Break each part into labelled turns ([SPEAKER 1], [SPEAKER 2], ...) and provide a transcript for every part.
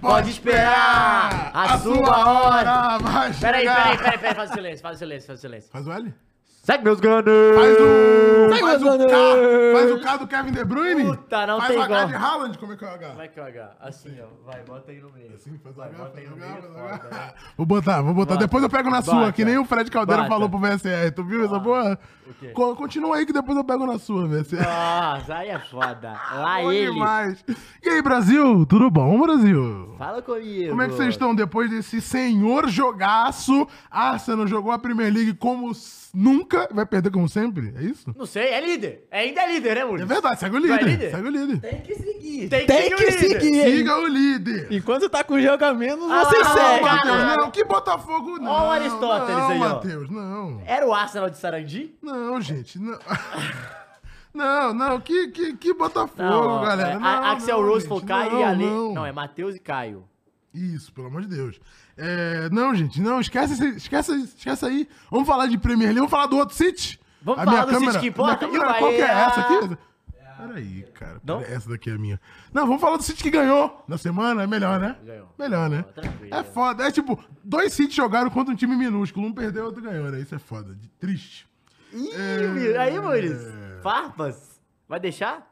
[SPEAKER 1] pode esperar. A sua hora.
[SPEAKER 2] vai chegar.
[SPEAKER 1] Peraí, peraí, peraí, peraí. Faz o silêncio, faz o silêncio, faz o silêncio.
[SPEAKER 2] Faz o L?
[SPEAKER 1] Segue meus ganos.
[SPEAKER 2] Faz o,
[SPEAKER 3] Sai,
[SPEAKER 2] faz o
[SPEAKER 3] Gozano.
[SPEAKER 2] K. Faz o K do Kevin De Bruyne.
[SPEAKER 1] Tá Puta, não
[SPEAKER 2] faz
[SPEAKER 1] tem
[SPEAKER 2] o H
[SPEAKER 1] igual.
[SPEAKER 2] de Haaland. Como é que é o H?
[SPEAKER 1] Como é que é o H? Assim, ó. Vai, bota aí no meio.
[SPEAKER 2] Sim, faz o
[SPEAKER 1] vai,
[SPEAKER 2] H,
[SPEAKER 1] bota aí
[SPEAKER 2] faz
[SPEAKER 1] no
[SPEAKER 2] o
[SPEAKER 1] meio.
[SPEAKER 2] H, faz o H.
[SPEAKER 1] foda, né?
[SPEAKER 2] Vou botar, vou botar.
[SPEAKER 1] Bota.
[SPEAKER 2] Depois eu pego na sua,
[SPEAKER 1] Bota.
[SPEAKER 2] que nem o Fred Caldeira
[SPEAKER 1] Bota. Ah.
[SPEAKER 2] falou pro VSR. Tu viu essa porra?
[SPEAKER 1] O quê?
[SPEAKER 2] Co- Continua aí que depois eu pego na sua, VSR.
[SPEAKER 1] Nossa, aí é foda. Lá
[SPEAKER 2] Bom
[SPEAKER 1] ele.
[SPEAKER 2] demais. E aí, Brasil? Tudo bom, Brasil?
[SPEAKER 1] Fala comigo.
[SPEAKER 2] Como é que vocês estão depois desse senhor jogaço? Arsenal jogou a Premier League como s- nunca, vai perder como sempre? É isso?
[SPEAKER 1] Não sei, é líder. Ainda é líder, né,
[SPEAKER 2] É
[SPEAKER 1] Mules?
[SPEAKER 2] verdade, segue o
[SPEAKER 1] Vai,
[SPEAKER 2] líder.
[SPEAKER 1] líder?
[SPEAKER 2] Segue o líder.
[SPEAKER 3] Tem que seguir.
[SPEAKER 1] Tem que
[SPEAKER 3] Tem,
[SPEAKER 1] seguir
[SPEAKER 3] que,
[SPEAKER 1] o líder.
[SPEAKER 3] seguir. hein?
[SPEAKER 2] Siga o líder.
[SPEAKER 3] Enquanto tá com jogo a menos,
[SPEAKER 1] Ah,
[SPEAKER 3] você
[SPEAKER 1] lá,
[SPEAKER 3] segue.
[SPEAKER 1] lá, lá.
[SPEAKER 2] Mateus,
[SPEAKER 1] cara.
[SPEAKER 2] não, que Botafogo não.
[SPEAKER 1] Ó o Aristóteles
[SPEAKER 2] não,
[SPEAKER 1] aí, ó.
[SPEAKER 2] Matheus, não.
[SPEAKER 1] Era o Arsenal de Sarandi?
[SPEAKER 2] Não, gente, não. Não, não, que, que, que Botafogo,
[SPEAKER 1] ó,
[SPEAKER 2] galera.
[SPEAKER 1] é,
[SPEAKER 2] não,
[SPEAKER 1] A- Axel
[SPEAKER 2] não,
[SPEAKER 1] Rose,
[SPEAKER 2] gente,
[SPEAKER 1] Caio
[SPEAKER 2] não,
[SPEAKER 1] e Ale.
[SPEAKER 2] não.
[SPEAKER 1] Não. é Matheus e Caio.
[SPEAKER 2] Isso, pelo amor de Deus. É, não, gente, não, esquece, esse- esquece, esquece aí. Vamos falar de Premier League, vamos falar do outro City.
[SPEAKER 1] Vamos
[SPEAKER 2] A
[SPEAKER 1] falar
[SPEAKER 2] minha
[SPEAKER 1] do City
[SPEAKER 2] câmera-
[SPEAKER 1] que importa?
[SPEAKER 2] a Minha câmera,
[SPEAKER 1] E o
[SPEAKER 2] qual que é
[SPEAKER 1] Bahia?
[SPEAKER 2] essa aqui? Peraí, cara.
[SPEAKER 1] Não?
[SPEAKER 2] peraí, Essa daqui é a minha. Não, vamos falar do City que ganhou na semana. É melhor, né?
[SPEAKER 1] Ganhou.
[SPEAKER 2] Melhor, né?
[SPEAKER 1] Ó, tranquilo.
[SPEAKER 2] É foda. É tipo, dois City jogaram contra um time minúsculo. Um perdeu, outro ganhou, né? Isso é foda. de- Triste.
[SPEAKER 1] Ih, meu- aí, Mules. Farpas. Vai deixar?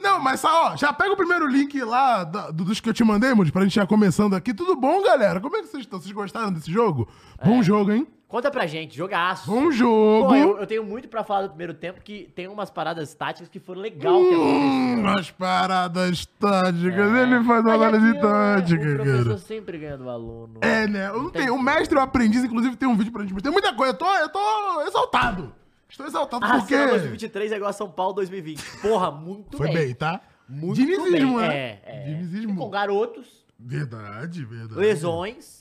[SPEAKER 2] Não, mas só, ó, já pega o primeiro link lá da- do- dos que eu te mandei, Mude, pra gente já começando aqui. Tudo bom, galera? Como é que vocês estão? Vocês gostaram desse jogo?
[SPEAKER 1] É.
[SPEAKER 2] Bom jogo, hein?
[SPEAKER 1] Conta pra gente, jogaço.
[SPEAKER 2] Bom Um jogo!
[SPEAKER 1] Pô, é eu, eu tenho muito pra falar do primeiro tempo que tem umas paradas táticas que é foram legal que aconteceram.
[SPEAKER 2] Hum, as paradas táticas.
[SPEAKER 1] É.
[SPEAKER 2] Ele faz uma
[SPEAKER 1] Mas
[SPEAKER 2] análise
[SPEAKER 1] aqui o-
[SPEAKER 2] tática,
[SPEAKER 1] O professor
[SPEAKER 2] cara.
[SPEAKER 1] sempre ganha do aluno.
[SPEAKER 2] É, né? Eu não
[SPEAKER 1] tem
[SPEAKER 2] tenho. O
[SPEAKER 1] como.
[SPEAKER 2] mestre e o aprendiz, inclusive, tem um vídeo pra gente mostrar. Tem muita coisa. Eu tô, eu tô exaltado. Estou exaltado
[SPEAKER 1] Ah,
[SPEAKER 2] porque.
[SPEAKER 1] Arsenal 2023 é igual a São Paulo 2020. Porra, muito
[SPEAKER 2] Foi
[SPEAKER 1] bem.
[SPEAKER 2] bem, tá?
[SPEAKER 1] Muito
[SPEAKER 2] Dinizismo,
[SPEAKER 1] bem.
[SPEAKER 2] né?
[SPEAKER 1] É, é.
[SPEAKER 2] Dinizismo. Uhum.
[SPEAKER 1] E Com garotos,
[SPEAKER 2] Verdade, verdade.
[SPEAKER 1] lesões.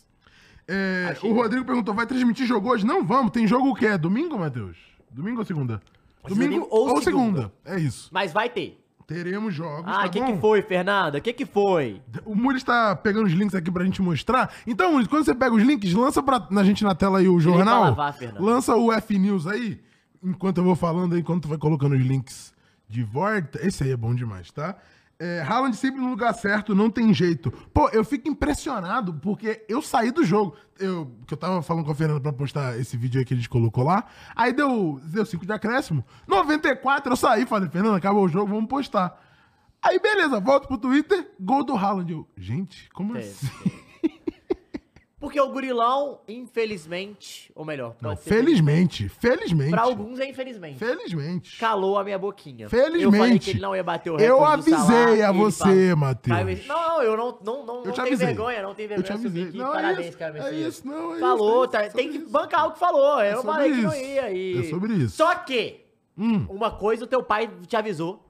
[SPEAKER 2] É,
[SPEAKER 1] Achei.
[SPEAKER 2] o Rodrigo perguntou: vai transmitir jogo hoje? Não vamos. Tem jogo o quê? É Domingo, Matheus? Domingo ou segunda?
[SPEAKER 1] Mas
[SPEAKER 2] Domingo,
[SPEAKER 1] domingo
[SPEAKER 2] ou,
[SPEAKER 1] ou
[SPEAKER 2] segunda. É isso.
[SPEAKER 1] Mas vai ter.
[SPEAKER 2] Teremos jogos.
[SPEAKER 1] Ah,
[SPEAKER 2] tá
[SPEAKER 1] o que,
[SPEAKER 2] bom?
[SPEAKER 1] que foi, Fernanda? O que, que foi?
[SPEAKER 2] O Muris tá pegando os links aqui pra gente mostrar. Então, Muris, quando você pega os links, lança pra na gente na tela aí o jornal.
[SPEAKER 1] vai lavar, Fernando.
[SPEAKER 2] lança o F News aí, enquanto eu vou falando, enquanto tu vai colocando os links de volta. Esse aí é bom demais, tá? É, Haaland sempre no lugar certo, não tem jeito. Pô, eu fico impressionado porque eu saí do jogo. Eu, que eu tava falando com a Fernanda pra postar esse vídeo aí que a gente colocou lá. Aí deu 5 de acréscimo. 94, eu saí, falei, Fernanda, acabou o jogo, vamos postar. Aí, beleza, volto pro Twitter, gol do Haaland. Eu, gente, como
[SPEAKER 1] É.
[SPEAKER 2] assim?
[SPEAKER 1] Porque o gurilão, infelizmente, ou melhor, pode
[SPEAKER 2] Não,
[SPEAKER 1] ser-
[SPEAKER 2] felizmente, felizmente.
[SPEAKER 1] Pra alguns é infelizmente.
[SPEAKER 2] Felizmente.
[SPEAKER 1] Calou a minha boquinha.
[SPEAKER 2] Felizmente.
[SPEAKER 1] Eu falei que ele não ia bater o
[SPEAKER 2] Eu
[SPEAKER 1] recorde do Salah,
[SPEAKER 2] avisei a
[SPEAKER 1] ele
[SPEAKER 2] você,
[SPEAKER 1] falou-
[SPEAKER 2] Matheus.
[SPEAKER 1] Caio- Não, não, eu não, não, não, não
[SPEAKER 2] te
[SPEAKER 1] tenho
[SPEAKER 2] avisei.
[SPEAKER 1] vergonha, não tenho
[SPEAKER 2] Eu
[SPEAKER 1] vergonha.
[SPEAKER 2] te
[SPEAKER 1] eu subi
[SPEAKER 2] avisei.
[SPEAKER 1] aqui.
[SPEAKER 2] Não, é
[SPEAKER 1] Parabéns,
[SPEAKER 2] isso,
[SPEAKER 1] Caio
[SPEAKER 2] é
[SPEAKER 1] Messias.
[SPEAKER 2] isso, não, é
[SPEAKER 1] Falou,
[SPEAKER 2] isso, é
[SPEAKER 1] tá-
[SPEAKER 2] isso, é
[SPEAKER 1] tem
[SPEAKER 2] sobre
[SPEAKER 1] que
[SPEAKER 2] isso. É
[SPEAKER 1] bancar o que falou. Eu
[SPEAKER 2] sobre
[SPEAKER 1] falei que não
[SPEAKER 2] isso.
[SPEAKER 1] ia aí.
[SPEAKER 2] É sobre isso.
[SPEAKER 1] Só que,
[SPEAKER 2] Hum.
[SPEAKER 1] uma coisa, o teu pai te avisou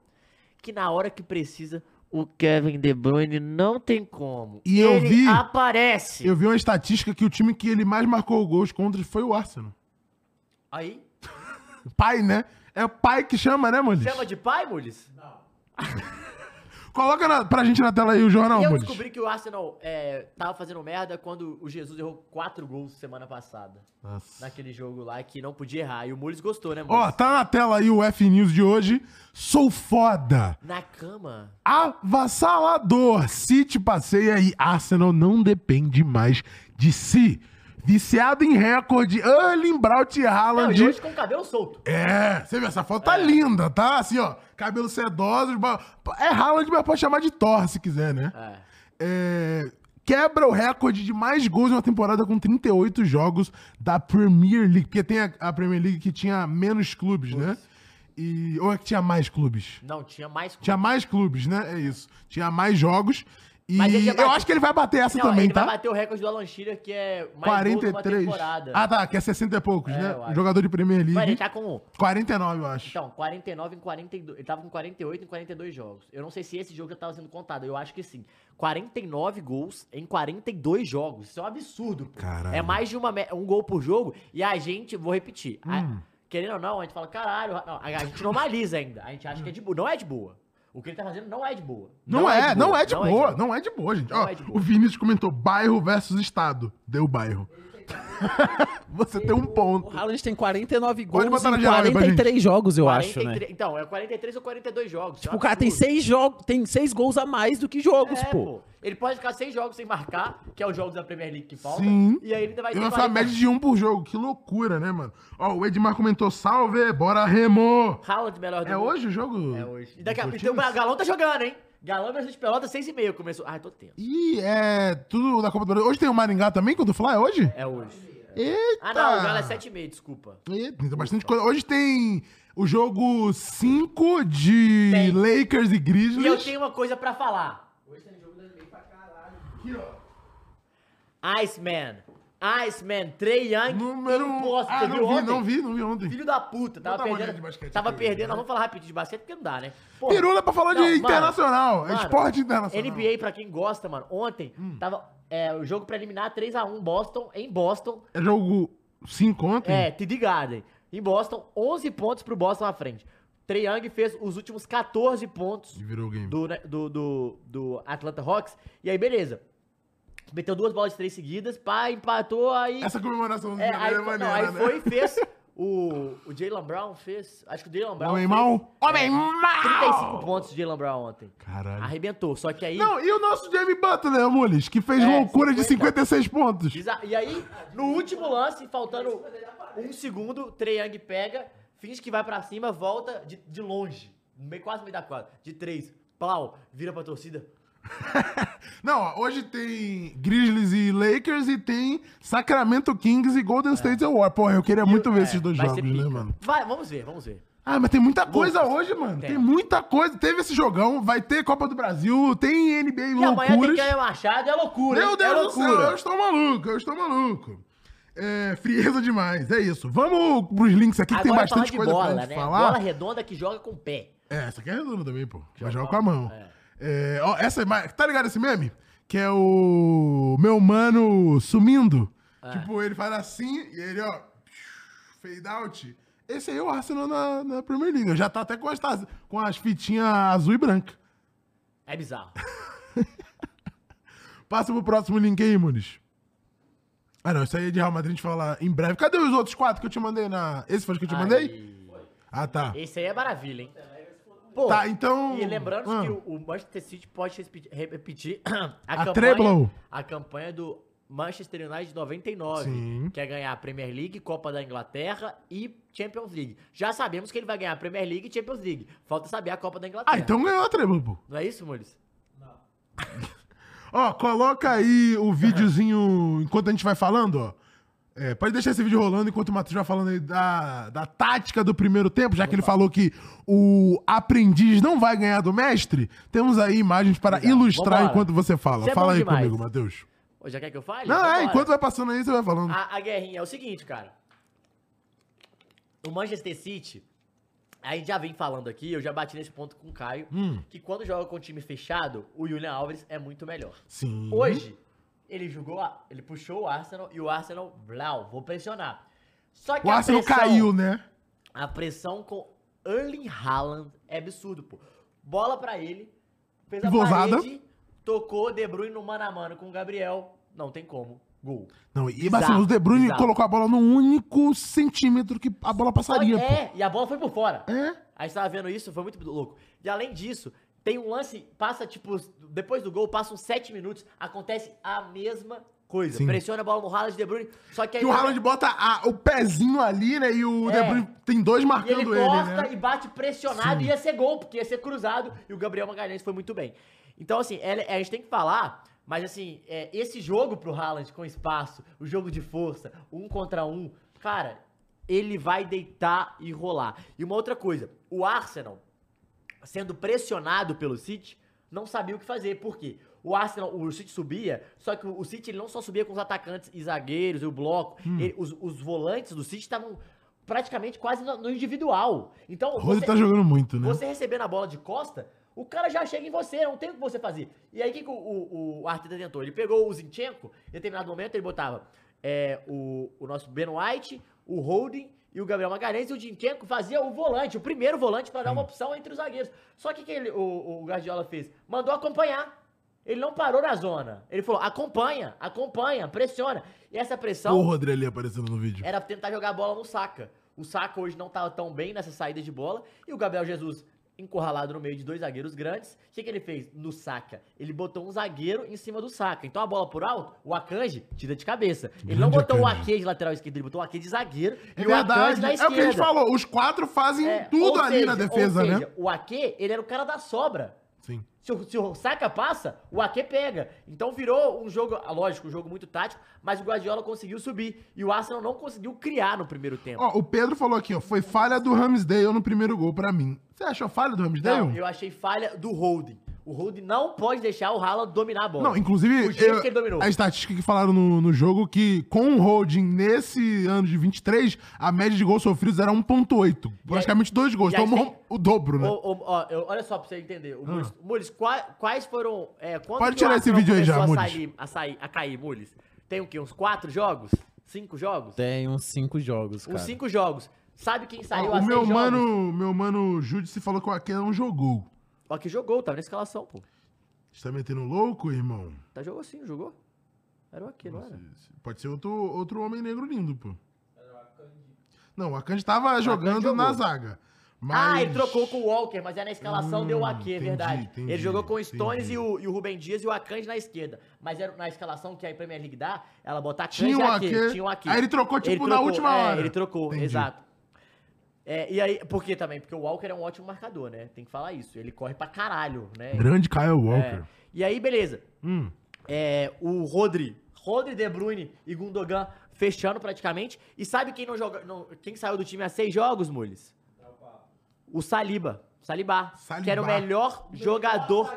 [SPEAKER 1] que na hora que precisa, o Kevin De Bruyne não tem como.
[SPEAKER 2] E eu
[SPEAKER 1] ele
[SPEAKER 2] vi-
[SPEAKER 1] aparece.
[SPEAKER 2] Eu vi uma estatística que o time que ele mais marcou gols contra foi o Arsenal.
[SPEAKER 1] Aí,
[SPEAKER 2] Pai, né? É o pai que chama, né, Mules?
[SPEAKER 1] chama de pai, Mules?
[SPEAKER 2] Coloca na, pra gente na tela aí o jornal,
[SPEAKER 1] E eu
[SPEAKER 2] Mules.
[SPEAKER 1] descobri que o Arsenal é, tava fazendo merda quando o Jesus errou quatro gols semana passada.
[SPEAKER 2] Nossa.
[SPEAKER 1] Naquele jogo lá que não podia errar. E o Mules gostou, né, Mules?
[SPEAKER 2] Ó, tá na tela aí o F News de hoje. Sou foda.
[SPEAKER 1] Na cama.
[SPEAKER 2] avassalador. City passeia e Arsenal não depende mais de si. Viciado em recorde, Erling Braut e
[SPEAKER 1] Não,
[SPEAKER 2] Haaland.
[SPEAKER 1] e hoje com o cabelo solto.
[SPEAKER 2] É, você viu, essa foto tá linda, tá? Assim, ó, cabelos sedosos. ba- É Haaland, mas pode chamar de Thor se quiser, né?
[SPEAKER 1] É.
[SPEAKER 2] É, quebra o recorde de mais gols em uma temporada com 38 jogos da Premier League. Porque tem a, a Premier League que tinha menos clubes, né? E, ou é que tinha mais clubes?
[SPEAKER 1] Não, tinha mais...
[SPEAKER 2] Tinha mais clubes, né? É isso. Tinha mais jogos. E
[SPEAKER 1] Mas ele já
[SPEAKER 2] eu
[SPEAKER 1] bateu-
[SPEAKER 2] acho que ele vai bater essa
[SPEAKER 1] Não,
[SPEAKER 2] também,
[SPEAKER 1] ele
[SPEAKER 2] tá?
[SPEAKER 1] vai bater o recorde do Alan Shearer, que é mais gols numa
[SPEAKER 2] 43.
[SPEAKER 1] temporada.
[SPEAKER 2] Ah, tá. Que é 60 e poucos,
[SPEAKER 1] É,
[SPEAKER 2] né?
[SPEAKER 1] eu acho.
[SPEAKER 2] Jogador de Premier League.
[SPEAKER 1] Mano, ele tá com...
[SPEAKER 2] 49, eu acho.
[SPEAKER 1] Então, 49 em 42... Ele tava com 48 em 42 jogos. Eu não sei se esse jogo já tava sendo contado. Eu acho que sim. 49 gols em 42 jogos. Isso é um absurdo, pô.
[SPEAKER 2] Caralho.
[SPEAKER 1] É mais de uma, me- um gol por jogo. E a gente, vou repetir. a-
[SPEAKER 2] Hum.
[SPEAKER 1] querendo ou não, a gente fala, caralho, não, a, a gente normaliza ainda. A gente acha que é de boa. Não é de boa. O que ele tá fazendo não é de boa.
[SPEAKER 2] Não, é,
[SPEAKER 1] de
[SPEAKER 2] não
[SPEAKER 1] boa,
[SPEAKER 2] é de boa, não é de boa, gente.
[SPEAKER 1] Não
[SPEAKER 2] Ó,
[SPEAKER 1] é de boa.
[SPEAKER 2] O Vinícius comentou bairro versus estado. Deu bairro. Você tem um
[SPEAKER 3] O
[SPEAKER 2] ponto.
[SPEAKER 3] Haaland tem 49
[SPEAKER 2] Pode
[SPEAKER 3] gols
[SPEAKER 2] botar na
[SPEAKER 3] em
[SPEAKER 2] geral aí pra
[SPEAKER 3] 43 jogos, eu acho, né?
[SPEAKER 1] 43 Então, é 43 ou 42 jogos. é um É,
[SPEAKER 3] Tipo, o cara tem seis jogos, tem seis gols a mais do que jogos,
[SPEAKER 1] jogos,
[SPEAKER 3] pô.
[SPEAKER 1] Ele pode ficar seis jogos sem marcar, que é os jogos da Premier League que falta.
[SPEAKER 2] Sim.
[SPEAKER 1] E aí ele ainda vai
[SPEAKER 2] Eu vou falar
[SPEAKER 1] 40.
[SPEAKER 2] média de um por jogo. Que loucura, né, mano? Ó, o Edmar comentou, salve, bora remo!
[SPEAKER 1] Haaland melhor do
[SPEAKER 2] É
[SPEAKER 1] mundo.
[SPEAKER 2] hoje o jogo?
[SPEAKER 1] É hoje. E daqui a
[SPEAKER 2] dos
[SPEAKER 1] pouco.
[SPEAKER 2] times?
[SPEAKER 1] O Galão tá jogando, hein? Galão versus Pelota, 6 e meio começou. Ai, tô tenso.
[SPEAKER 2] Ih, é tudo da Copa do Brasil. Hoje tem o Maringá também, quando falar, é hoje?
[SPEAKER 1] É hoje.
[SPEAKER 2] Eita!
[SPEAKER 1] Ah, não, o Galo é 7 e meio, desculpa.
[SPEAKER 2] Eita, tem bastante coisa. Hoje tem o jogo 5 de
[SPEAKER 1] Tem.
[SPEAKER 2] Lakers e Grizzlies.
[SPEAKER 1] E eu tenho uma coisa pra falar. Hoje tem jogo da NBA pra caralho. Iceman. Iceman, Trey Young.
[SPEAKER 2] Número
[SPEAKER 1] tem
[SPEAKER 2] 1.
[SPEAKER 1] bosta,
[SPEAKER 2] Ah,
[SPEAKER 1] você
[SPEAKER 2] não
[SPEAKER 1] viu
[SPEAKER 2] vi,
[SPEAKER 1] ontem?
[SPEAKER 2] não vi, não vi ontem.
[SPEAKER 1] Filho da puta, tava
[SPEAKER 2] dar uma olhada
[SPEAKER 1] perdendo.
[SPEAKER 2] de basquete
[SPEAKER 1] tava
[SPEAKER 2] aqui,
[SPEAKER 1] perdendo,
[SPEAKER 2] né?
[SPEAKER 1] nós vamos falar rapidinho de basquete porque não dá, né? Porra.
[SPEAKER 2] Pirula é pra falar
[SPEAKER 1] Não,
[SPEAKER 2] de
[SPEAKER 1] mano,
[SPEAKER 2] internacional. é
[SPEAKER 1] mano,
[SPEAKER 2] esporte internacional.
[SPEAKER 1] NBA, pra quem gosta, mano, ontem
[SPEAKER 2] Hum.
[SPEAKER 1] tava é, o jogo preliminar 3x1 Boston, em Boston,
[SPEAKER 2] É jogo 5 ontem?
[SPEAKER 1] É, TD Garden. Em Boston, 11 pontos pro Boston na frente. Trey Young fez os últimos 14 pontos
[SPEAKER 2] E virou o game.
[SPEAKER 1] do, né, do, do, do Atlanta Hawks. E aí, beleza. Meteu duas bolas de três seguidas, pá, empatou, aí...
[SPEAKER 2] Essa comemoração
[SPEAKER 1] É, aí,
[SPEAKER 2] é
[SPEAKER 1] foi-
[SPEAKER 2] maneira,
[SPEAKER 1] não, aí
[SPEAKER 2] né?
[SPEAKER 1] foi e fez... O, o Jalen Brown fez... Acho que o Jalen Brown
[SPEAKER 2] Homem
[SPEAKER 1] fez
[SPEAKER 2] mal. Homem mal!
[SPEAKER 1] 35 pontos de Jalen Brown ontem.
[SPEAKER 2] Caralho.
[SPEAKER 1] Arrebentou, só que aí...
[SPEAKER 2] Não, e o nosso Jamie Butler, Mules, que fez
[SPEAKER 1] É,
[SPEAKER 2] loucura de
[SPEAKER 1] 50.
[SPEAKER 2] 56 pontos.
[SPEAKER 1] Diz a- E aí, no último lance, faltando um segundo, Trey Young pega, finge que vai pra cima, volta de, de longe, no meio- quase no meio da quadra, de três, pau, vira pra torcida.
[SPEAKER 2] Não, ó, hoje tem Grizzlies e Lakers e tem Sacramento Kings e Golden State Warriors. Porra, eu queria muito ver
[SPEAKER 1] É,
[SPEAKER 2] esses dois
[SPEAKER 1] vai
[SPEAKER 2] jogos,
[SPEAKER 1] ser
[SPEAKER 2] né,
[SPEAKER 1] pica.
[SPEAKER 2] mano?
[SPEAKER 1] Vai, vamos ver, vamos ver.
[SPEAKER 2] Ah, mas tem muita coisa
[SPEAKER 1] Loucos.
[SPEAKER 2] hoje, mano. Tem.
[SPEAKER 1] Tem.
[SPEAKER 2] muita coisa. Teve esse jogão, vai ter Copa do Brasil, tem NBA
[SPEAKER 1] E amanhã tem
[SPEAKER 2] loucuras.
[SPEAKER 1] Caio Machado, é loucura,
[SPEAKER 2] Meu
[SPEAKER 1] hein?
[SPEAKER 2] Deus
[SPEAKER 1] é
[SPEAKER 2] do céu, eu
[SPEAKER 1] loucura.
[SPEAKER 2] estou maluco, eu estou maluco. É, frieza demais, é isso. Vamos pros links aqui, que tem
[SPEAKER 1] Agora falar
[SPEAKER 2] bastante
[SPEAKER 1] de
[SPEAKER 2] coisa pra
[SPEAKER 1] bola,
[SPEAKER 2] gente
[SPEAKER 1] né?
[SPEAKER 2] falar.
[SPEAKER 1] Bola redonda que joga com o pé.
[SPEAKER 2] É, essa aqui é redonda também, pô. Vai jogar
[SPEAKER 1] com
[SPEAKER 2] com a
[SPEAKER 1] a
[SPEAKER 2] mão.
[SPEAKER 1] é.
[SPEAKER 2] É, ó, essa é mais. Tá ligado esse meme? Que é o meu mano sumindo.
[SPEAKER 1] É.
[SPEAKER 2] Tipo, ele faz assim e ele, ó. Fade out. Esse aí é o Arsenal na, na Premier League. Já tá até com as, taz- com as fitinhas azul e branca.
[SPEAKER 1] É bizarro.
[SPEAKER 2] Passa pro próximo link aí, Muniz. Ah, não, isso aí é de Real Madrid a gente fala em breve. Cadê os outros quatro que eu te mandei na. Esse foi o que eu te mandei?
[SPEAKER 1] Aí,
[SPEAKER 2] Ah, tá.
[SPEAKER 1] Esse aí é maravilha, hein? Pô,
[SPEAKER 2] Tá, então-
[SPEAKER 1] E lembrando
[SPEAKER 2] Ah.
[SPEAKER 1] que o, o Manchester City pode respe- re- repetir a, campanha,
[SPEAKER 2] treble.
[SPEAKER 1] a campanha do Manchester United de 99,
[SPEAKER 2] Sim.
[SPEAKER 1] que é ganhar a Premier League, Copa da Inglaterra e Champions League. Já sabemos que ele vai ganhar a Premier League e Champions League. Falta saber a Copa da Inglaterra.
[SPEAKER 2] Ah, então ganhou a trema, pô.
[SPEAKER 1] Não é isso, Mules?
[SPEAKER 2] Ó, coloca aí o videozinho enquanto a gente vai falando, ó. É, pode deixar esse vídeo rolando enquanto o Matheus vai falando aí da, da tática do primeiro tempo, já que ele falou que o aprendiz não vai ganhar do mestre. Temos aí imagens para
[SPEAKER 1] Legal.
[SPEAKER 2] ilustrar
[SPEAKER 1] Vambora.
[SPEAKER 2] enquanto você fala.
[SPEAKER 1] Isso é
[SPEAKER 2] Fala
[SPEAKER 1] bom
[SPEAKER 2] aí
[SPEAKER 1] demais.
[SPEAKER 2] comigo, Matheus.
[SPEAKER 1] Ô, Já quer que eu fale?
[SPEAKER 2] Não, é,
[SPEAKER 1] Vambora.
[SPEAKER 2] enquanto vai passando aí, você vai falando.
[SPEAKER 1] A, a guerrinha é o seguinte, cara. O Manchester City, a gente já vem falando aqui, eu já bati nesse ponto com o Caio,
[SPEAKER 2] Hum,
[SPEAKER 1] que quando joga com o time fechado, o Julian Alves é muito melhor.
[SPEAKER 2] Sim.
[SPEAKER 1] Hoje, ele jogou, a- ele puxou o Arsenal e o Arsenal, blau, vou pressionar. Só que
[SPEAKER 2] O
[SPEAKER 1] a
[SPEAKER 2] Arsenal
[SPEAKER 1] pressão-
[SPEAKER 2] caiu, né?
[SPEAKER 1] a pressão com Erling Haaland é absurdo, pô. Bola pra ele, fez a
[SPEAKER 2] Pivôzada.
[SPEAKER 1] parede, tocou De Bruyne no mano a mano com o Gabriel, não tem como, gol.
[SPEAKER 2] Não, e
[SPEAKER 1] Bizarro,
[SPEAKER 2] Barcelona, o De Bruyne
[SPEAKER 1] bizarro.
[SPEAKER 2] colocou a bola no único centímetro que a bola passaria,
[SPEAKER 1] Só-
[SPEAKER 2] pô.
[SPEAKER 1] é, e a bola foi por fora.
[SPEAKER 2] É?
[SPEAKER 1] A gente tava vendo isso, foi muito louco. E além disso, tem um lance, passa tipo, depois do gol, passam 7 minutos, acontece a mesma coisa.
[SPEAKER 2] Sim.
[SPEAKER 1] Pressiona a bola no Haaland, De Bruyne, só que aí...
[SPEAKER 2] Que o Haaland bota a- o pezinho ali, né? E o
[SPEAKER 1] É.
[SPEAKER 2] De Bruyne tem dois
[SPEAKER 1] E ele
[SPEAKER 2] marcando ele,
[SPEAKER 1] corta
[SPEAKER 2] né?
[SPEAKER 1] e bate pressionado,
[SPEAKER 2] Sim.
[SPEAKER 1] e ia ser gol, porque ia ser cruzado, e o Gabriel Magalhães foi muito bem. Então, assim, ela- a gente tem que falar, mas assim, é, esse jogo pro Haaland com espaço, o jogo de força, um contra um, cara, ele vai deitar e rolar. E uma outra coisa, o Arsenal, sendo pressionado pelo City, não sabia o que fazer. Por quê? O Arsenal, o City subia, só que o City ele não só subia com os atacantes e zagueiros e o bloco.
[SPEAKER 2] Hum.
[SPEAKER 1] ele- os, os volantes do City estavam praticamente quase no, no individual. Então,
[SPEAKER 2] O Rodri
[SPEAKER 1] você,
[SPEAKER 2] tá jogando muito, né?
[SPEAKER 1] você recebendo a bola de costa, o cara já chega em você, não tem o que você fazer. E aí, o que, que o, o, o Arteta tentou? Ele pegou o Zinchenko, em determinado momento ele botava é, o, o nosso Ben White, o Holding e o Gabriel Magalhães, e o Zinchenko fazia o volante, o primeiro volante, pra dar uma opção entre os zagueiros. Só que o que ele- o, o Guardiola fez? Mandou acompanhar. Ele não parou na zona. Ele falou: acompanha, acompanha, pressiona. E essa pressão
[SPEAKER 2] Porra, o Adrieli aparecendo no vídeo.
[SPEAKER 1] era tentar jogar a bola no saca. O saca hoje não tava tão bem nessa saída de bola. E o Gabriel Jesus, encurralado no meio de dois zagueiros grandes, o que, que ele fez no saca? Ele botou um zagueiro em cima do saca. Então a bola por alto, o Akanji tira de cabeça. Ele não
[SPEAKER 2] Grande
[SPEAKER 1] botou o
[SPEAKER 2] Akanji.
[SPEAKER 1] Ake de lateral esquerdo, ele botou o Ake de zagueiro
[SPEAKER 2] É
[SPEAKER 1] e o Akanji
[SPEAKER 2] verdade.
[SPEAKER 1] na
[SPEAKER 2] É o que a gente
[SPEAKER 1] esquerda.
[SPEAKER 2] falou. Os quatro fazem
[SPEAKER 1] É,
[SPEAKER 2] tudo
[SPEAKER 1] ou
[SPEAKER 2] ali
[SPEAKER 1] seja-
[SPEAKER 2] na
[SPEAKER 1] ou
[SPEAKER 2] defesa, né?
[SPEAKER 1] seja, O Ake, ele era o cara da sobra.
[SPEAKER 2] Sim.
[SPEAKER 1] Se o, se o Saka passa, o Ake pega. Então virou um jogo, ah, lógico, um jogo muito tático, mas o Guardiola conseguiu subir. E o Arsenal não conseguiu criar no primeiro tempo.
[SPEAKER 2] Ó, o Pedro falou aqui, ó. Foi falha do Ramsdale no primeiro gol pra mim. Você achou falha do Ramsdale?
[SPEAKER 1] não,
[SPEAKER 2] Não,
[SPEAKER 1] Então, eu achei falha do holding. O holding não pode deixar o Haaland dominar a bola.
[SPEAKER 2] inclusive,
[SPEAKER 1] O jeito
[SPEAKER 2] eu-
[SPEAKER 1] que ele dominou.
[SPEAKER 2] a estatística que falaram no, no jogo que com o holding nesse ano de 23, a média de gols sofridos era 1.8. Praticamente dois gols.
[SPEAKER 1] e aí
[SPEAKER 2] Então,
[SPEAKER 1] tem-
[SPEAKER 2] o dobro, né? Ah.
[SPEAKER 1] Ô, ô, ó, eu- olha só pra você entender. O Mules, Mules, qua- quais foram. É, quando
[SPEAKER 2] Pode
[SPEAKER 1] que o
[SPEAKER 2] tirar esse
[SPEAKER 1] Arsenal
[SPEAKER 2] vídeo aí já,
[SPEAKER 1] começou a
[SPEAKER 2] Mules.
[SPEAKER 1] sair, a sair, a cair, Mules. Tem o quê? Uns quatro jogos? Cinco jogos?
[SPEAKER 3] Tem uns cinco jogos, cara.
[SPEAKER 1] Uns cinco jogos. Sabe quem saiu há
[SPEAKER 2] Ó, Ah, o
[SPEAKER 1] seis
[SPEAKER 2] meu
[SPEAKER 1] jogos?
[SPEAKER 2] mano, meu mano Judice falou que o Aken não jogou.
[SPEAKER 1] Ó, que jogou, tava na escalação, pô.
[SPEAKER 2] Você tá metendo louco, irmão?
[SPEAKER 1] Tá jogou sim, não jogou? Era o Ake, não era?
[SPEAKER 2] Pode ser outro, outro homem negro lindo, pô. Não, o Akanji tava jogando
[SPEAKER 1] jogou.
[SPEAKER 2] na zaga. Mas...
[SPEAKER 1] Ah, ele trocou com o Walker, mas é na escalação
[SPEAKER 2] Hum,
[SPEAKER 1] deu o Ake, é
[SPEAKER 2] entendi,
[SPEAKER 1] verdade.
[SPEAKER 2] entendi,
[SPEAKER 1] ele jogou com o Stones
[SPEAKER 2] entendi.
[SPEAKER 1] e o, e o Rubem Dias e o Akanji na esquerda. Mas era na escalação que a Premier League dá, ela bota Akanji e
[SPEAKER 2] Tinha o
[SPEAKER 1] Ake.
[SPEAKER 2] Ake,
[SPEAKER 1] Tinha o Ake.
[SPEAKER 2] aí ele trocou, tipo, na última
[SPEAKER 1] é,
[SPEAKER 2] hora.
[SPEAKER 1] ele trocou,
[SPEAKER 2] Entendi.
[SPEAKER 1] exato. É, e aí, por que também? Porque o Walker é um ótimo marcador, né? Tem que falar isso. Ele corre pra caralho, né?
[SPEAKER 2] Grande Kyle
[SPEAKER 1] É.
[SPEAKER 2] Walker.
[SPEAKER 1] E aí, beleza.
[SPEAKER 2] Hum.
[SPEAKER 1] é, o Rodri, Rodri, De Bruyne e Gundogan fechando praticamente. E sabe quem não joga, não- quem saiu do time há seis jogos, Mules? O Saliba, Saliba,
[SPEAKER 2] Saliba.
[SPEAKER 1] que era o melhor jogador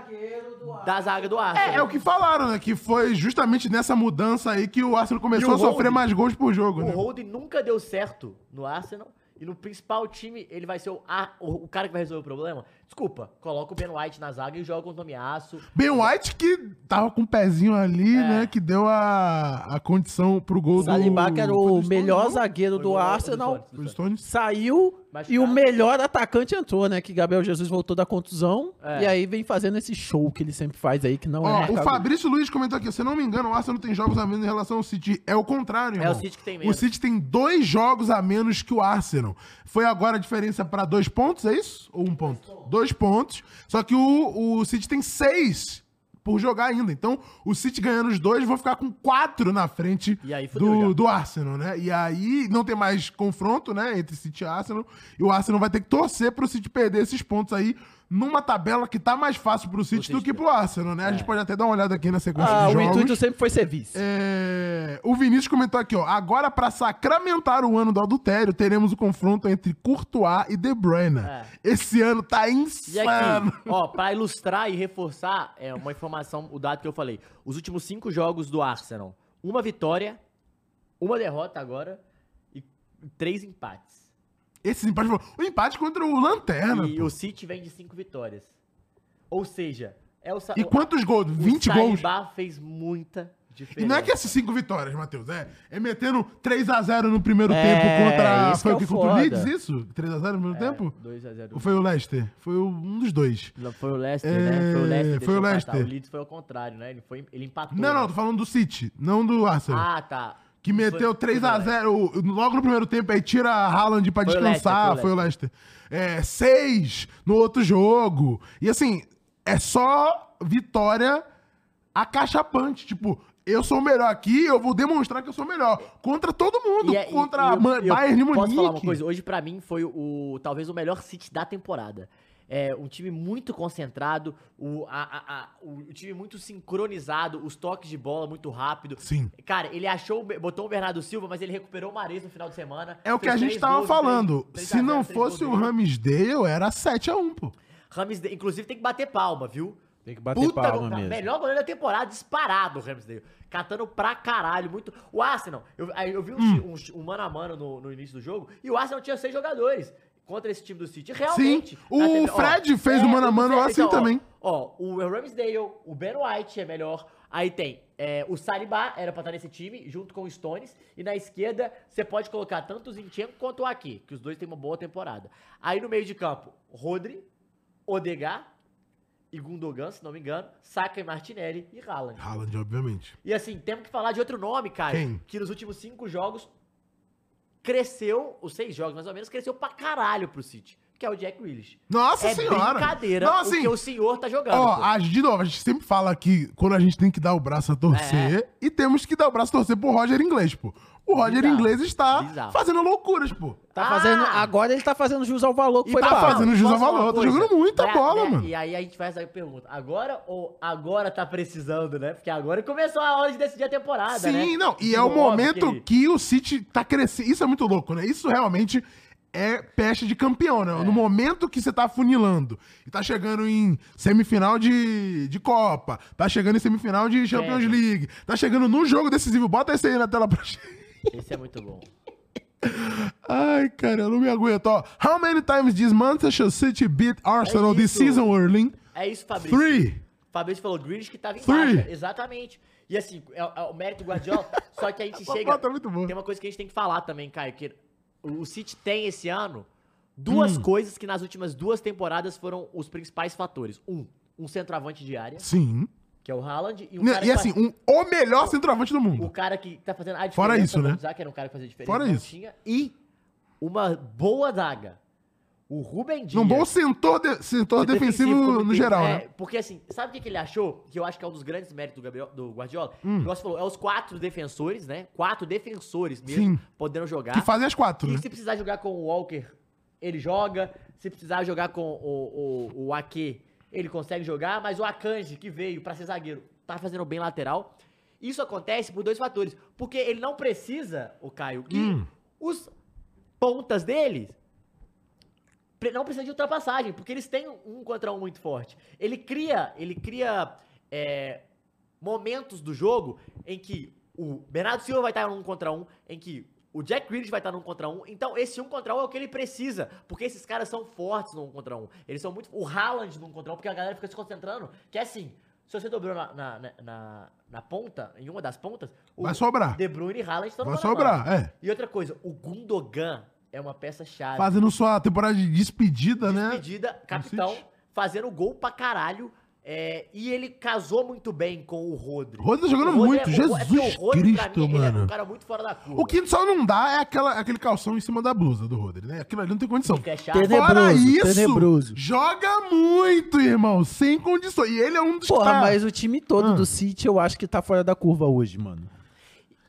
[SPEAKER 1] da zaga do Arsenal.
[SPEAKER 2] É, é o que falaram, né? Que foi justamente nessa mudança aí que o Arsenal começou
[SPEAKER 1] E
[SPEAKER 2] a
[SPEAKER 1] o
[SPEAKER 2] sofrer
[SPEAKER 1] Holding?
[SPEAKER 2] mais gols por jogo,
[SPEAKER 1] O
[SPEAKER 2] né?
[SPEAKER 1] Holding nunca deu certo no Arsenal. E no principal time, ele vai ser o, a- o- o cara que vai resolver o problema. Desculpa, coloca o Ben White na zaga e joga com o Tomiasso.
[SPEAKER 2] Ben White que tava com o pezinho ali, né? Que deu a, a condição pro gol do...
[SPEAKER 3] Saliba, que era
[SPEAKER 2] foi do
[SPEAKER 3] É. o
[SPEAKER 2] Stones,
[SPEAKER 3] melhor
[SPEAKER 2] não?
[SPEAKER 3] zagueiro do Arsenal,
[SPEAKER 2] Foi do Stones.
[SPEAKER 3] saiu e o
[SPEAKER 1] Machucado.
[SPEAKER 3] melhor atacante entrou, né? Que Gabriel Jesus voltou da contusão.
[SPEAKER 1] É.
[SPEAKER 3] E aí vem fazendo esse show que ele sempre faz aí, que não
[SPEAKER 2] Ó,
[SPEAKER 3] é.
[SPEAKER 2] o
[SPEAKER 3] marcador.
[SPEAKER 2] Fabrício Luiz comentou aqui, se eu não me engano, o Arsenal tem jogos a menos em relação ao City. É o contrário,
[SPEAKER 1] É o City que tem
[SPEAKER 2] O
[SPEAKER 1] menos.
[SPEAKER 2] City tem dois jogos a menos que o Arsenal. Foi agora a diferença pra dois pontos, é isso? Ou um ponto? Dois pontos. Só que o, o City tem seis por jogar ainda. Então, o City ganhando os dois, vou ficar com quatro na frente
[SPEAKER 1] E aí fudeu
[SPEAKER 2] do,
[SPEAKER 1] já.
[SPEAKER 2] do Arsenal, né? E aí não tem mais confronto, né, entre City e Arsenal. E o Arsenal vai ter que torcer pro City perder esses pontos aí numa tabela que tá mais fácil pro City do
[SPEAKER 1] City
[SPEAKER 2] que pro Arsenal, né? A
[SPEAKER 1] É.
[SPEAKER 2] gente pode até dar uma olhada aqui na sequência
[SPEAKER 3] Ah,
[SPEAKER 2] de
[SPEAKER 3] o
[SPEAKER 2] jogos.
[SPEAKER 3] intuito sempre foi ser vice.
[SPEAKER 2] É, O Vinícius comentou aqui, ó. Agora, pra sacramentar o ano do adultério, teremos o confronto entre Courtois e De Bruyne.
[SPEAKER 1] É.
[SPEAKER 2] Esse ano tá
[SPEAKER 1] E aqui,
[SPEAKER 2] insano.
[SPEAKER 1] ó, pra ilustrar e reforçar é, uma informação, o dado que eu falei. Os últimos cinco jogos do Arsenal. Uma vitória, uma derrota agora e três empates.
[SPEAKER 2] Esses empates foram. O empate contra o Lanterna.
[SPEAKER 1] E
[SPEAKER 2] É, pô.
[SPEAKER 1] o City vem de cinco vitórias. Ou seja, é o Sa-
[SPEAKER 2] E, quantos gols?
[SPEAKER 1] o
[SPEAKER 2] 20 gols.
[SPEAKER 1] Saliba fez muita diferença.
[SPEAKER 2] E não é que esses cinco vitórias, Matheus. É, é metendo 3x0 no primeiro
[SPEAKER 3] É,
[SPEAKER 2] tempo contra.
[SPEAKER 3] isso
[SPEAKER 2] Foi
[SPEAKER 3] que
[SPEAKER 2] o que
[SPEAKER 3] é o
[SPEAKER 2] contra o
[SPEAKER 3] foda. É.
[SPEAKER 2] Leeds, isso? 3x0 no primeiro tempo?
[SPEAKER 1] 2 É, a 0
[SPEAKER 2] Ou foi o Leicester? Foi o- um dos dois.
[SPEAKER 1] Foi o Leicester,
[SPEAKER 2] É,
[SPEAKER 1] né? Foi o Leicester. que
[SPEAKER 2] foi o
[SPEAKER 1] deixou empatar.
[SPEAKER 2] Leicester.
[SPEAKER 1] O Leeds foi ao contrário, né? Ele, foi, ele empatou.
[SPEAKER 2] Não, não,
[SPEAKER 1] né?
[SPEAKER 2] tô falando do City, não do Arsenal.
[SPEAKER 1] Ah, tá.
[SPEAKER 2] Que
[SPEAKER 1] Foi-
[SPEAKER 2] meteu
[SPEAKER 1] foi o
[SPEAKER 2] 3x0 logo no primeiro tempo, aí tira a Haaland pra
[SPEAKER 1] Foi o
[SPEAKER 2] descansar,
[SPEAKER 1] Leicester,
[SPEAKER 2] foi
[SPEAKER 1] foi
[SPEAKER 2] o
[SPEAKER 1] o
[SPEAKER 2] Leicester. É, 6 no outro jogo. E assim, é só vitória acachapante. Tipo, eu sou o melhor aqui, eu vou demonstrar que eu sou o melhor. Contra todo mundo,
[SPEAKER 1] E é- e-
[SPEAKER 2] contra
[SPEAKER 1] e eu-
[SPEAKER 2] Man-
[SPEAKER 1] eu
[SPEAKER 2] Bayern de Munique.
[SPEAKER 1] Posso falar uma coisa? Hoje, pra mim, foi o talvez o melhor City da temporada. É, um time muito concentrado, o, a- a- a- o, o time muito sincronizado, os toques de bola muito rápido.
[SPEAKER 2] Sim.
[SPEAKER 1] Cara, ele achou, o Be- botou o Bernardo Silva, mas ele recuperou o Mares no final de semana.
[SPEAKER 2] É o que
[SPEAKER 1] Fez
[SPEAKER 2] a gente
[SPEAKER 1] três
[SPEAKER 2] tava
[SPEAKER 1] gols,
[SPEAKER 2] falando.
[SPEAKER 1] três- três
[SPEAKER 2] Se
[SPEAKER 1] a zero,
[SPEAKER 2] não
[SPEAKER 1] três
[SPEAKER 2] fosse
[SPEAKER 1] gols
[SPEAKER 2] o
[SPEAKER 1] dele.
[SPEAKER 2] Ramsdale, era 7x1, pô.
[SPEAKER 1] Ramsdale. Inclusive, tem que bater palma, viu?
[SPEAKER 3] Tem que bater
[SPEAKER 1] Puta,
[SPEAKER 3] palma
[SPEAKER 1] go-
[SPEAKER 3] mesmo.
[SPEAKER 1] melhor goleiro da temporada, disparado o Ramsdale. Catando pra caralho, muito. O Arsenal, eu, aí eu vi um,
[SPEAKER 2] Hum.
[SPEAKER 1] chi- um- um mano a mano no, no início do jogo, e o Arsenal tinha seis jogadores contra esse time do City. Realmente.
[SPEAKER 2] Sim,
[SPEAKER 1] na
[SPEAKER 2] o
[SPEAKER 1] TV ó, é,
[SPEAKER 2] Fred fez o mano a
[SPEAKER 1] o
[SPEAKER 2] mano
[SPEAKER 1] Fred- então,
[SPEAKER 2] assim
[SPEAKER 1] ó,
[SPEAKER 2] também.
[SPEAKER 1] Ó, o Ramsdale, o Ben White é melhor. Aí tem é, o Saliba, era pra estar nesse time, junto com o Stones. E na esquerda, você pode colocar tanto o Zinchenko quanto o Aki, que os dois têm uma boa temporada. Aí no meio de campo, Rodri, Odegar e Gundogan, se não me engano, Saka e Martinelli e Haaland.
[SPEAKER 2] Haaland, obviamente.
[SPEAKER 1] E assim, temos que falar de outro nome, cara.
[SPEAKER 2] Quem?
[SPEAKER 1] Que nos últimos cinco jogos cresceu, os seis jogos mais ou menos, cresceu pra caralho pro City. Que é o Jack Willis.
[SPEAKER 2] Nossa
[SPEAKER 1] é
[SPEAKER 2] senhora!
[SPEAKER 1] brincadeira
[SPEAKER 2] Não,
[SPEAKER 1] o
[SPEAKER 2] assim,
[SPEAKER 1] que o senhor tá jogando.
[SPEAKER 2] Ó,
[SPEAKER 1] pô.
[SPEAKER 2] a, de novo, a gente sempre fala que quando a gente tem que dar o braço a
[SPEAKER 1] É.
[SPEAKER 2] torcer, e temos que dar o braço a torcer pro Roger Inglês, pô. O Roger
[SPEAKER 1] Bizarro.
[SPEAKER 2] Inglês está
[SPEAKER 1] Bizarro.
[SPEAKER 2] fazendo loucuras, pô.
[SPEAKER 3] Tá fazendo, agora ele tá fazendo jus ao valor que
[SPEAKER 1] E
[SPEAKER 3] foi
[SPEAKER 1] tá
[SPEAKER 3] pago.
[SPEAKER 2] Ah! fazendo jus ao
[SPEAKER 1] posso falar
[SPEAKER 2] valor,
[SPEAKER 1] uma
[SPEAKER 2] tá
[SPEAKER 1] coisa?
[SPEAKER 2] jogando muita
[SPEAKER 1] Né,
[SPEAKER 2] bola,
[SPEAKER 1] né,
[SPEAKER 2] mano.
[SPEAKER 1] E aí a gente faz a pergunta, agora ou agora tá precisando, né? Porque agora começou a hora de decidir a temporada, né?
[SPEAKER 2] Sim, não. E é
[SPEAKER 1] Óbvio
[SPEAKER 2] o momento
[SPEAKER 1] ele-
[SPEAKER 2] que o City tá crescendo. Isso é muito louco, né? Isso realmente é peste de campeão, né?
[SPEAKER 1] É.
[SPEAKER 2] No momento que você tá funilando e tá chegando em semifinal de, de Copa, tá chegando em semifinal de Champions
[SPEAKER 1] É.
[SPEAKER 2] League, tá chegando num jogo decisivo. Bota esse aí na tela pra gente.
[SPEAKER 1] Esse é muito bom.
[SPEAKER 2] Ai, cara, eu não me aguento. Ó, how many times this Manchester City beat Arsenal this
[SPEAKER 1] isso.
[SPEAKER 2] season, Erling?
[SPEAKER 1] É isso, Fabrício.
[SPEAKER 2] Three.
[SPEAKER 1] Fabrício falou Grealish que tava em
[SPEAKER 2] Three.
[SPEAKER 1] baixa. Exatamente. E assim, é, é o mérito do Guardiola, só que a gente chega...
[SPEAKER 2] Tá muito bom.
[SPEAKER 1] Tem uma coisa que a gente tem que falar também, Caio, que o City tem esse ano
[SPEAKER 2] Hum.
[SPEAKER 1] duas coisas que nas últimas duas temporadas foram os principais fatores. Um, um centroavante de área,
[SPEAKER 2] Sim.
[SPEAKER 1] que é o Haaland, e um
[SPEAKER 2] Né,
[SPEAKER 1] cara
[SPEAKER 2] E
[SPEAKER 1] que
[SPEAKER 2] assim, um, o melhor centroavante do
[SPEAKER 1] o
[SPEAKER 2] mundo.
[SPEAKER 1] cara que tá fazendo a diferença.
[SPEAKER 2] Fora isso,
[SPEAKER 1] vamos
[SPEAKER 2] né?
[SPEAKER 1] usar, que era um cara que fazia diferença.
[SPEAKER 2] Fora
[SPEAKER 1] não
[SPEAKER 2] isso.
[SPEAKER 1] Tinha, e uma boa zaga. O Rubem Dias.
[SPEAKER 2] Num bom setor, de- setor Então, defensivo,
[SPEAKER 1] como
[SPEAKER 2] no
[SPEAKER 1] tem-
[SPEAKER 2] geral,
[SPEAKER 1] é,
[SPEAKER 2] né?
[SPEAKER 1] Tipo, Porque assim, sabe o que, que ele achou? Que eu acho que é um dos grandes méritos do, Gabriel, do Guardiola.
[SPEAKER 2] Hum.
[SPEAKER 1] Igual você falou, é os quatro defensores, né? Quatro defensores mesmo,
[SPEAKER 2] Sim.
[SPEAKER 1] podendo jogar.
[SPEAKER 2] Que fazem as quatro, né?
[SPEAKER 1] E se precisar jogar com o Walker, ele joga. Se precisar jogar com o, o, o Ake, ele consegue jogar. Mas o Akanji, que veio pra ser zagueiro, tá fazendo bem lateral. Isso acontece por dois fatores. Porque ele não precisa, o Caio, que
[SPEAKER 2] Hum.
[SPEAKER 1] os pontas dele pre- não precisa de ultrapassagem, porque eles têm um contra um muito forte. Ele cria, ele cria é, momentos do jogo em que o Bernardo Silva vai estar num contra um, em que o Jack Grealish vai estar num contra um. Então, esse um contra um é o que ele precisa, porque esses caras são fortes num contra um. Eles são muito. O Haaland num contra um, porque a galera fica se concentrando, que é assim. Se você dobrou na, na, na- na- na ponta, em uma das pontas, o
[SPEAKER 2] Vai sobrar.
[SPEAKER 1] De Bruyne e Haaland estão
[SPEAKER 2] Vai
[SPEAKER 1] na bola.
[SPEAKER 2] sobrar, é.
[SPEAKER 1] E outra coisa, o Gundogan é uma peça-chave.
[SPEAKER 2] Fazendo sua temporada de despedida, né?
[SPEAKER 1] Despedida, capitão,
[SPEAKER 2] City.
[SPEAKER 1] fazendo gol pra caralho. é, e ele casou muito bem com o Rodri.
[SPEAKER 2] Rodri tá jogando
[SPEAKER 1] O Rodri
[SPEAKER 2] muito,
[SPEAKER 1] o- porque
[SPEAKER 2] Jesus
[SPEAKER 1] o Rodri, pra
[SPEAKER 2] Cristo,
[SPEAKER 1] mim, Ele é um
[SPEAKER 2] mano.
[SPEAKER 1] cara muito fora da curva.
[SPEAKER 2] O que só não dá é aquela, aquele calção em cima da blusa do Rodri, né? Aquilo ali não tem condição.
[SPEAKER 1] Que é chato.
[SPEAKER 3] Tene-
[SPEAKER 2] Fora
[SPEAKER 3] Tenebroso,
[SPEAKER 2] isso,
[SPEAKER 3] tenebroso.
[SPEAKER 2] joga muito, irmão. Sem condições. E ele é um dos
[SPEAKER 3] Porra,
[SPEAKER 2] tá-
[SPEAKER 3] mas o time todo
[SPEAKER 2] Ah.
[SPEAKER 3] do City eu acho que tá fora da curva hoje, mano.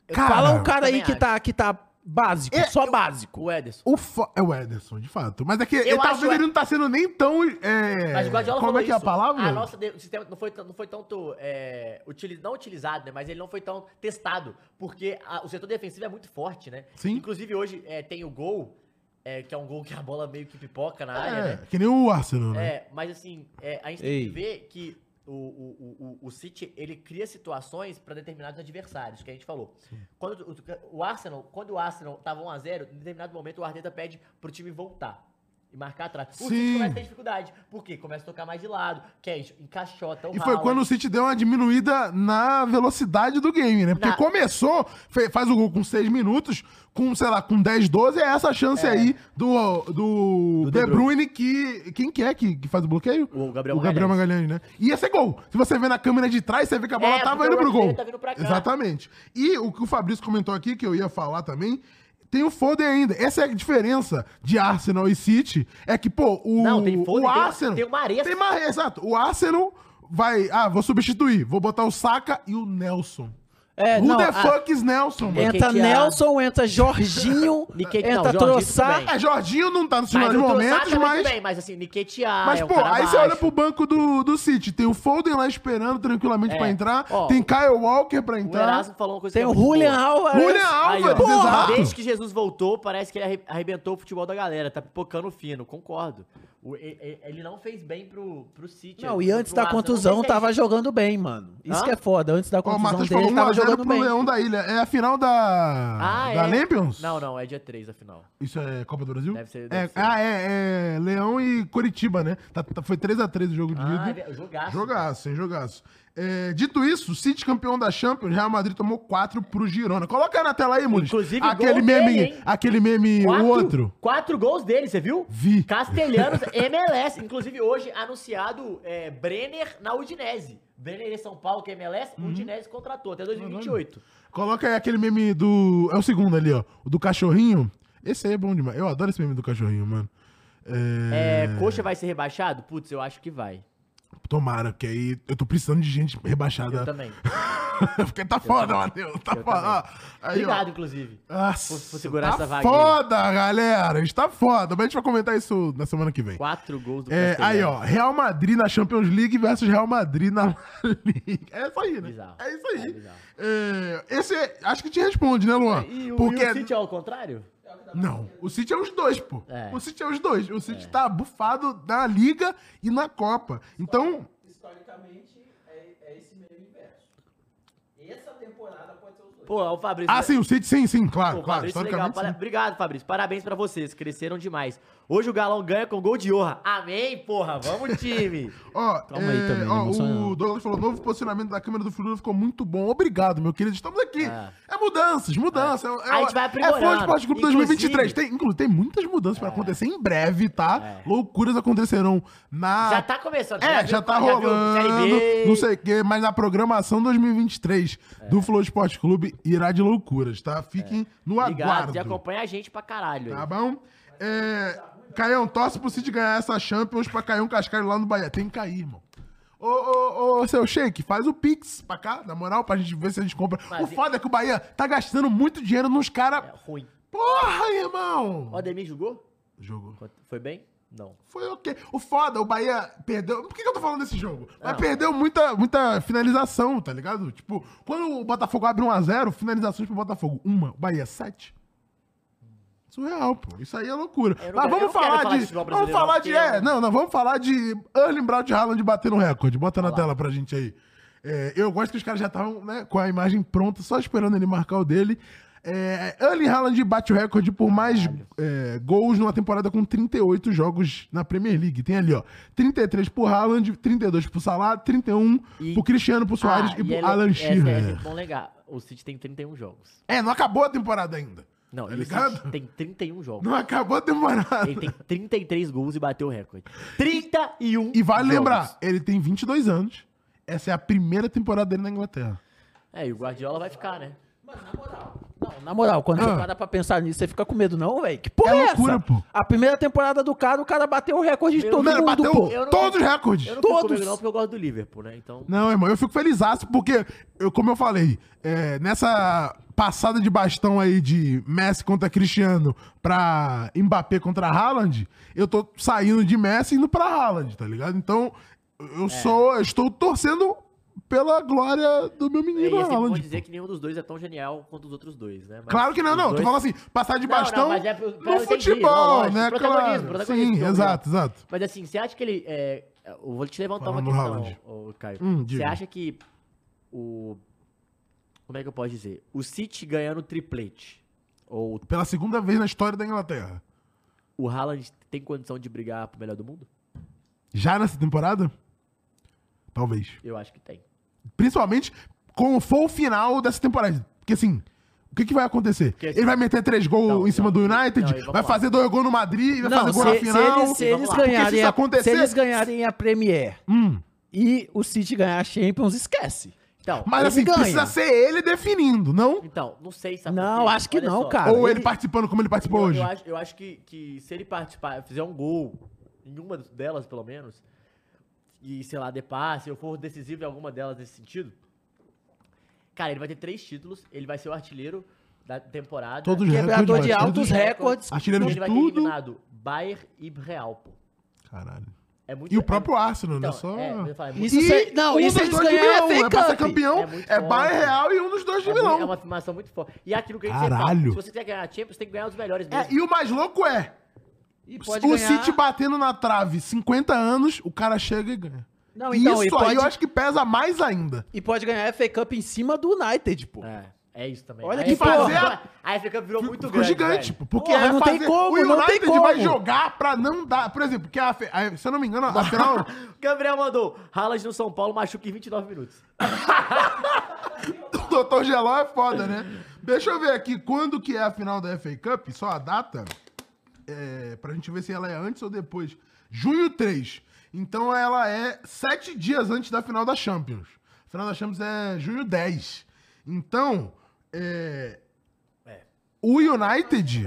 [SPEAKER 2] Cara,
[SPEAKER 3] Fala um cara aí
[SPEAKER 1] também
[SPEAKER 3] que tá, que tá básico,
[SPEAKER 2] É,
[SPEAKER 3] só básico.
[SPEAKER 1] O Ederson.
[SPEAKER 2] O fo- É o Ederson, de fato. Mas é que ele,
[SPEAKER 1] acho
[SPEAKER 2] talvez
[SPEAKER 1] o-
[SPEAKER 2] ele não tá sendo nem tão. é,
[SPEAKER 1] Mas o Guardiola
[SPEAKER 2] Como
[SPEAKER 1] falou
[SPEAKER 2] é que é a
[SPEAKER 1] isso.
[SPEAKER 2] palavra?
[SPEAKER 1] Ah, nossa, de- o sistema não foi, tan- não foi tanto é, utili- não utilizado, né? Mas ele não foi tão testado. Porque a- o setor defensivo é muito forte, né?
[SPEAKER 2] Sim.
[SPEAKER 1] Inclusive, hoje é, tem o gol, é, que é um gol que a bola meio que pipoca na área, né?
[SPEAKER 2] é, que nem o Arsenal, né?
[SPEAKER 1] É, mas assim, é, a gente tem
[SPEAKER 3] Ei.
[SPEAKER 1] que ver que o, o, o, o- o City, ele cria situações pra determinados adversários, que a gente falou. Quando o, o Arsenal, quando o Arsenal tava 1x0, em determinado momento o Arteta pede pro time voltar. E marcar atrás. O City
[SPEAKER 2] Sim.
[SPEAKER 1] começa a ter dificuldade. Por quê? Começa a tocar mais de lado, que é isso, encaixota o
[SPEAKER 2] E foi
[SPEAKER 1] Haaland.
[SPEAKER 2] quando o City deu uma diminuída na velocidade do game, né? Porque
[SPEAKER 1] Na-
[SPEAKER 2] começou, fe- faz o gol com 6 minutos, com, sei lá, com 10, 12, é essa chance aí do, do,
[SPEAKER 3] Do
[SPEAKER 2] De
[SPEAKER 3] De
[SPEAKER 2] Bruyne que... Quem que é que, que faz o bloqueio?
[SPEAKER 1] O Gabriel
[SPEAKER 2] o Gabriel Magalhães, né? E esse é gol. Se você vê na câmera de trás, você vê que a bola
[SPEAKER 1] É,
[SPEAKER 2] tava
[SPEAKER 1] porque
[SPEAKER 2] indo
[SPEAKER 1] o
[SPEAKER 2] pro
[SPEAKER 1] Rodrigo
[SPEAKER 2] gol.
[SPEAKER 1] tá vindo pra cá.
[SPEAKER 2] Exatamente. E o que o Fabrício comentou aqui, que eu ia falar também, tem o Foden ainda. Essa é a diferença de Arsenal e City, é que, pô, o,
[SPEAKER 1] Não, tem Foden,
[SPEAKER 2] o
[SPEAKER 1] tem-
[SPEAKER 2] Arsenal...
[SPEAKER 1] tem o Mahrez.
[SPEAKER 2] Tem Mahrez, exato. O Arsenal vai... Ah, vou substituir. Vou botar o Saka e o Nelson.
[SPEAKER 3] É,
[SPEAKER 2] Who
[SPEAKER 3] não,
[SPEAKER 2] the
[SPEAKER 3] a-
[SPEAKER 2] fuck is Nelson, mano?
[SPEAKER 3] Entra
[SPEAKER 1] Nketiah.
[SPEAKER 3] Nelson, entra Jorginho,
[SPEAKER 1] Nketiah, não,
[SPEAKER 3] entra
[SPEAKER 1] Jorginho tudo
[SPEAKER 3] Troçar.
[SPEAKER 1] bem.
[SPEAKER 2] É, Jorginho não tá nos
[SPEAKER 1] Mas
[SPEAKER 2] melhores
[SPEAKER 1] o Trossard
[SPEAKER 2] momentos,
[SPEAKER 1] tá muito
[SPEAKER 2] mas...
[SPEAKER 1] bem, mas assim, Niquetear.
[SPEAKER 2] Mas,
[SPEAKER 1] é um
[SPEAKER 2] pô,
[SPEAKER 1] cara
[SPEAKER 2] aí você olha
[SPEAKER 1] baixo.
[SPEAKER 2] pro banco do, do City. Tem o Foden lá esperando tranquilamente
[SPEAKER 1] É.
[SPEAKER 2] pra entrar.
[SPEAKER 1] Ó,
[SPEAKER 2] tem Kyle Walker pra
[SPEAKER 1] O
[SPEAKER 2] entrar.
[SPEAKER 1] Erasmo falou uma coisa que
[SPEAKER 3] Tem
[SPEAKER 1] é
[SPEAKER 3] o
[SPEAKER 1] muito boa.
[SPEAKER 3] Julian Alvarez.
[SPEAKER 2] um Julian
[SPEAKER 1] Aí, ó,
[SPEAKER 2] Alvarez,
[SPEAKER 3] Porra!
[SPEAKER 2] exato.
[SPEAKER 1] Desde que Jesus voltou, parece que ele arre- arrebentou o futebol da galera. Tá pipocando fino, concordo. O- e- e- ele não fez bem pro, pro City.
[SPEAKER 3] Não,
[SPEAKER 1] ele-
[SPEAKER 3] e antes
[SPEAKER 1] pro
[SPEAKER 3] da
[SPEAKER 1] Arsenal,
[SPEAKER 3] contusão
[SPEAKER 1] não é fez bem.
[SPEAKER 3] tava jogando bem, mano. Isso
[SPEAKER 1] Hã?
[SPEAKER 3] que é foda, antes da
[SPEAKER 2] Ó, o
[SPEAKER 3] contusão
[SPEAKER 2] Matheus
[SPEAKER 3] dele
[SPEAKER 2] falou
[SPEAKER 3] ele tava
[SPEAKER 2] 1x0
[SPEAKER 3] jogando
[SPEAKER 2] pro
[SPEAKER 3] bem.
[SPEAKER 2] Leão da Ilha. É a final da,
[SPEAKER 1] Ah,
[SPEAKER 2] da
[SPEAKER 1] é?
[SPEAKER 2] Champions?
[SPEAKER 1] Não, não, é dia 3 a final.
[SPEAKER 2] Isso é Copa do Brasil?
[SPEAKER 1] Deve ser,
[SPEAKER 2] É-
[SPEAKER 1] deve ser.
[SPEAKER 2] Ah, é, é Leão e Coritiba, né? Tá- tá- foi 3x3 o jogo de
[SPEAKER 1] Ah,
[SPEAKER 2] ida.
[SPEAKER 1] é- jogaço.
[SPEAKER 2] Jogaço, hein? Jogaço. É, dito isso, City campeão da Champions, Real Madrid tomou 4 pro Girona. Coloca aí na tela aí, Muniz.
[SPEAKER 1] Inclusive, gol
[SPEAKER 2] aquele meme,
[SPEAKER 1] dele, hein?
[SPEAKER 2] aquele meme, o outro.
[SPEAKER 1] Quatro gols dele, você viu?
[SPEAKER 2] Vi.
[SPEAKER 1] Castelhanos, MLS. Inclusive, hoje anunciado é, Brenner na Udinese. Brenner em São Paulo, que é MLS,
[SPEAKER 2] Uhum.
[SPEAKER 1] Udinese contratou até 2028.
[SPEAKER 2] Coloca aí aquele meme do. É o segundo ali, ó. O do cachorrinho. Esse aí é bom demais. Eu adoro esse meme do cachorrinho, mano. É...
[SPEAKER 1] É, Coxa vai ser rebaixado? Putz, eu acho que vai.
[SPEAKER 2] Tomara, porque aí eu tô precisando de gente rebaixada.
[SPEAKER 1] Eu também.
[SPEAKER 2] porque tá foda, Matheus. Tá
[SPEAKER 1] Eu
[SPEAKER 2] foda. Aí, ó.
[SPEAKER 1] Obrigado, inclusive.
[SPEAKER 2] Nossa,
[SPEAKER 1] por- por segurar
[SPEAKER 2] tá
[SPEAKER 1] essa vaga aí.
[SPEAKER 2] foda, galera. A gente tá foda. Mas a gente vai comentar isso na semana que vem.
[SPEAKER 1] Quatro gols do
[SPEAKER 2] É, aí,
[SPEAKER 1] Castelhanos.
[SPEAKER 2] ó. Real Madrid na Champions League versus Real Madrid na La Liga. É isso aí, né?
[SPEAKER 1] Bizarro.
[SPEAKER 2] É isso aí.
[SPEAKER 1] É bizarro.
[SPEAKER 2] É, esse é- acho que te responde, né, Luan?
[SPEAKER 1] E o,
[SPEAKER 2] porque
[SPEAKER 1] e o City é ao contrário?
[SPEAKER 2] não, o City é os dois, pô.
[SPEAKER 1] É.
[SPEAKER 2] O City é os dois. O City tá bufado na Liga e na Copa. Então,
[SPEAKER 4] historicamente, é, é esse mesmo inverso. Essa temporada pode ser os dois.
[SPEAKER 1] Pô, é o Fabrício.
[SPEAKER 2] ah, sim, o City sim, sim, claro,
[SPEAKER 1] Pô,
[SPEAKER 2] claro,
[SPEAKER 1] Fabrício, legal.
[SPEAKER 2] historicamente.
[SPEAKER 1] Para-
[SPEAKER 2] sim.
[SPEAKER 1] Obrigado, Fabrício. Parabéns pra vocês. Cresceram demais. Hoje o Galão ganha com gol de honra. Amém, porra. Vamos, time.
[SPEAKER 2] Ó,
[SPEAKER 3] Calma aí
[SPEAKER 2] é,
[SPEAKER 3] também, né?
[SPEAKER 2] ó,
[SPEAKER 3] não emociona não.
[SPEAKER 2] o Douglas falou, novo posicionamento da câmera do Fluminense ficou muito bom. Obrigado, meu querido. Estamos aqui.
[SPEAKER 1] Ah.
[SPEAKER 2] É mudanças, mudanças. É, é,
[SPEAKER 1] A gente vai
[SPEAKER 2] É Flow
[SPEAKER 1] aprimorando.
[SPEAKER 2] Esporte Clube
[SPEAKER 1] Inclusive- É.
[SPEAKER 2] 2023. Tem, inclusive, tem muitas mudanças pra acontecer em breve, tá? Loucuras acontecerão na
[SPEAKER 1] Já tá começando.
[SPEAKER 2] É, já,
[SPEAKER 1] viu-
[SPEAKER 2] tá
[SPEAKER 1] já viu É.
[SPEAKER 2] rolando,
[SPEAKER 1] Série B.
[SPEAKER 2] não sei o quê, mas na programação 2023 do Flow Esporte Clube irá de loucuras, tá? Fiquem no
[SPEAKER 1] É. Obrigado. E
[SPEAKER 2] aguardo,
[SPEAKER 1] acompanha a gente pra caralho.
[SPEAKER 2] tá
[SPEAKER 1] aí.
[SPEAKER 2] bom? É, Caião, torce pro Cid ganhar essa Champions pra Caião Cascalho lá no Bahia. Tem que cair, irmão. Ô, ô, ô, seu Sheik, faz o Pix pra cá, na moral, pra gente ver se a gente compra. o
[SPEAKER 1] Mas e-
[SPEAKER 2] foda é que o Bahia tá gastando muito dinheiro nos caras.
[SPEAKER 1] É ruim.
[SPEAKER 2] Porra, irmão!
[SPEAKER 1] O Ademir jogou?
[SPEAKER 2] Jogou.
[SPEAKER 1] Foi bem? Não.
[SPEAKER 2] Foi ok. O foda, o Bahia perdeu. Por que, que eu tô falando desse jogo? Mas
[SPEAKER 1] Não.
[SPEAKER 2] perdeu muita, muita finalização, tá ligado? Tipo, quando o Botafogo abre 1x0, finalizações pro Botafogo. Uma, o Bahia, sete. Surreal, pô. Isso aí é loucura.
[SPEAKER 1] Eu não
[SPEAKER 2] Mas
[SPEAKER 1] quero- eu
[SPEAKER 2] vamos
[SPEAKER 1] não quero
[SPEAKER 2] falar
[SPEAKER 1] falar
[SPEAKER 2] de.
[SPEAKER 1] de futebol
[SPEAKER 2] vamos
[SPEAKER 1] brasileiro,
[SPEAKER 2] falar
[SPEAKER 1] não,
[SPEAKER 2] de.
[SPEAKER 1] porque-
[SPEAKER 2] É, não, não, vamos falar de Erling Braut e Haaland bater um recorde. Bota na tela pra gente aí. É, eu gosto que os caras já estavam né, com a imagem pronta, só esperando ele marcar o dele. É, Erling Haaland bate o recorde por mais é, gols numa temporada com 38 jogos na Premier League. Tem ali, ó, 33 pro Haaland, 32 pro Salah, 31
[SPEAKER 1] E-
[SPEAKER 2] pro Cristiano, pro Soares e pro
[SPEAKER 1] ele-
[SPEAKER 2] Alan
[SPEAKER 1] essa é
[SPEAKER 2] Shearer.
[SPEAKER 1] bom legal. O City tem 31 jogos.
[SPEAKER 2] É, não acabou a temporada ainda.
[SPEAKER 1] Não,
[SPEAKER 2] Tá
[SPEAKER 1] e o
[SPEAKER 2] ligado?
[SPEAKER 1] City tem 31 jogos.
[SPEAKER 2] Não acabou a temporada.
[SPEAKER 1] Ele tem 33 gols e bateu o recorde. 31
[SPEAKER 2] E vale
[SPEAKER 1] jogos.
[SPEAKER 2] lembrar, ele tem 22 anos. Essa é a primeira temporada dele na Inglaterra.
[SPEAKER 1] É, e o Guardiola vai ficar, né?
[SPEAKER 4] Mano, na moral,
[SPEAKER 3] Não, na moral, quando
[SPEAKER 2] Ah.
[SPEAKER 3] você para pra pensar nisso, você fica com medo, não, velho? Que porra
[SPEAKER 2] É
[SPEAKER 3] é,
[SPEAKER 2] loucura,
[SPEAKER 3] essa?
[SPEAKER 2] pô.
[SPEAKER 3] A primeira temporada do cara, o cara bateu o recorde de
[SPEAKER 1] Meu
[SPEAKER 3] todo
[SPEAKER 2] Mano,
[SPEAKER 3] mundo,
[SPEAKER 2] bateu
[SPEAKER 3] pô.
[SPEAKER 1] eu não-
[SPEAKER 2] todos os recordes.
[SPEAKER 1] Eu não fico
[SPEAKER 3] Todos.
[SPEAKER 1] comigo não, porque eu gosto do Liverpool, né? Então,
[SPEAKER 2] Não, irmão, eu fico feliz, ah, porque, eu, como eu falei, é, nessa passada de bastão aí de Messi contra Cristiano pra Mbappé contra Haaland, eu tô saindo de Messi e indo pra Haaland, tá ligado? Então, eu
[SPEAKER 1] É.
[SPEAKER 2] sou, eu estou torcendo pela glória do meu
[SPEAKER 1] é, e
[SPEAKER 2] menino
[SPEAKER 1] é sempre bom
[SPEAKER 2] Haaland.
[SPEAKER 1] dizer que nenhum dos dois é tão genial quanto os outros dois, né? Mas
[SPEAKER 2] Claro que não,
[SPEAKER 1] os
[SPEAKER 2] não.
[SPEAKER 1] dois-
[SPEAKER 2] Tô falando assim, passar de
[SPEAKER 1] Não, não,
[SPEAKER 2] bastão
[SPEAKER 1] mas é pro- pra- eu
[SPEAKER 2] no
[SPEAKER 1] entendi,
[SPEAKER 2] futebol,
[SPEAKER 1] não, lógico,
[SPEAKER 2] né?
[SPEAKER 1] protagonismo,
[SPEAKER 2] Claro.
[SPEAKER 1] protagonismo, é
[SPEAKER 2] Sim,
[SPEAKER 1] campeão.
[SPEAKER 2] exato, exato.
[SPEAKER 1] Mas assim, você acha que ele... é, eu vou te levantar
[SPEAKER 2] Falando
[SPEAKER 1] uma
[SPEAKER 2] no
[SPEAKER 1] questão,
[SPEAKER 2] Haaland.
[SPEAKER 1] ô, Caio.
[SPEAKER 2] Hum,
[SPEAKER 1] você
[SPEAKER 2] diga.
[SPEAKER 1] acha que o... Como é que eu posso dizer? O City ganhando triplete, ou
[SPEAKER 2] Pela segunda vez na história da Inglaterra.
[SPEAKER 1] o Haaland tem condição de brigar pro melhor do mundo?
[SPEAKER 2] Já nessa temporada? Talvez.
[SPEAKER 1] Eu acho que tem.
[SPEAKER 2] Principalmente como for o final dessa temporada. Porque assim, o que, que vai acontecer?
[SPEAKER 1] Porque, assim,
[SPEAKER 2] ele vai meter três gols
[SPEAKER 1] não,
[SPEAKER 2] em cima
[SPEAKER 1] não,
[SPEAKER 2] do
[SPEAKER 1] não, e
[SPEAKER 2] United,
[SPEAKER 1] vamos
[SPEAKER 2] vai
[SPEAKER 1] lá.
[SPEAKER 2] fazer dois gols no Madrid, vai
[SPEAKER 3] Não,
[SPEAKER 2] fazer
[SPEAKER 3] se,
[SPEAKER 2] gol na
[SPEAKER 3] se
[SPEAKER 2] final.
[SPEAKER 3] eles, se
[SPEAKER 1] Vamos
[SPEAKER 3] eles
[SPEAKER 1] lá. Porque
[SPEAKER 2] se
[SPEAKER 3] ganharem
[SPEAKER 2] isso
[SPEAKER 3] a,
[SPEAKER 2] acontecer-
[SPEAKER 3] se eles ganharem a Premier
[SPEAKER 2] Hum.
[SPEAKER 3] e o City ganhar a Champions, esquece.
[SPEAKER 1] Então,
[SPEAKER 2] Mas
[SPEAKER 3] Ele
[SPEAKER 2] assim,
[SPEAKER 3] ganha.
[SPEAKER 2] precisa ser ele definindo, não?
[SPEAKER 1] então não sei se...
[SPEAKER 3] Não, acho que não, cara.
[SPEAKER 2] Ou ele,
[SPEAKER 3] ele-
[SPEAKER 2] participando como ele participou
[SPEAKER 1] Eu,
[SPEAKER 2] hoje.
[SPEAKER 1] eu acho, eu acho que, que se ele participar, fizer um gol, em uma delas pelo menos, e sei lá, de passe, eu for decisivo em alguma delas nesse sentido, cara, ele vai ter três títulos, ele vai ser o artilheiro da temporada.
[SPEAKER 2] Todos os
[SPEAKER 3] Quebrador
[SPEAKER 2] recordes,
[SPEAKER 3] de
[SPEAKER 2] vai, todos
[SPEAKER 1] É
[SPEAKER 3] altos
[SPEAKER 2] os-
[SPEAKER 3] recordes.
[SPEAKER 2] Artilheiro
[SPEAKER 1] ele
[SPEAKER 2] de
[SPEAKER 1] vai
[SPEAKER 2] é tudo.
[SPEAKER 1] ter eliminado Bayern e Real, pô.
[SPEAKER 2] Caralho.
[SPEAKER 1] É muito,
[SPEAKER 2] E o
[SPEAKER 1] é-
[SPEAKER 2] próprio Arsenal,
[SPEAKER 1] então,
[SPEAKER 2] né? Só...
[SPEAKER 1] é, eu ia falar, é muito-
[SPEAKER 3] Isso se- não, isso eles ganharam a
[SPEAKER 2] milhão, é
[SPEAKER 3] FA
[SPEAKER 2] pra ser
[SPEAKER 3] Cup.
[SPEAKER 2] campeão,
[SPEAKER 1] É muito
[SPEAKER 2] é,
[SPEAKER 1] foda.
[SPEAKER 2] Bayern Real e um dos dois de
[SPEAKER 1] é muito-
[SPEAKER 2] Milão.
[SPEAKER 1] é uma afirmação muito forte. E aquilo que a gente
[SPEAKER 2] Caralho.
[SPEAKER 1] sempre fala, se você quer ganhar a Champions, tem que ganhar os melhores
[SPEAKER 2] É,
[SPEAKER 1] mesmo.
[SPEAKER 2] e o mais louco é,
[SPEAKER 3] E
[SPEAKER 2] o City batendo na trave 50 anos, o cara chega e ganha.
[SPEAKER 3] Não,
[SPEAKER 2] E
[SPEAKER 3] então,
[SPEAKER 2] isso
[SPEAKER 3] e pode-
[SPEAKER 2] aí eu acho que pesa mais ainda.
[SPEAKER 3] E pode ganhar a FA Cup em cima do United, pô.
[SPEAKER 1] É. É isso também.
[SPEAKER 3] Olha
[SPEAKER 1] Aí
[SPEAKER 3] que
[SPEAKER 1] a FA
[SPEAKER 2] fazer
[SPEAKER 1] ficou- A FA Cup virou muito
[SPEAKER 2] Ficou
[SPEAKER 1] grande.
[SPEAKER 2] gigante,
[SPEAKER 1] velho.
[SPEAKER 2] pô, porque
[SPEAKER 3] Porra,
[SPEAKER 2] é
[SPEAKER 3] não tem
[SPEAKER 2] fazer-
[SPEAKER 3] como,
[SPEAKER 2] o
[SPEAKER 3] não tem
[SPEAKER 2] United vai
[SPEAKER 3] como.
[SPEAKER 2] jogar pra não dar, por exemplo, porque a, fe- a- se eu não me engano, a final
[SPEAKER 1] Gabriel mandou. Haaland no São Paulo machuca em 29 minutos.
[SPEAKER 2] do Dr. Geló é foda, né? Deixa eu ver aqui quando que é a final da FA Cup, só a data, é, pra gente ver se ela é antes ou depois. Junho 3. Então ela é sete dias antes da final da Champions. A final da Champions é junho 10. Então, é,
[SPEAKER 1] É,
[SPEAKER 2] o United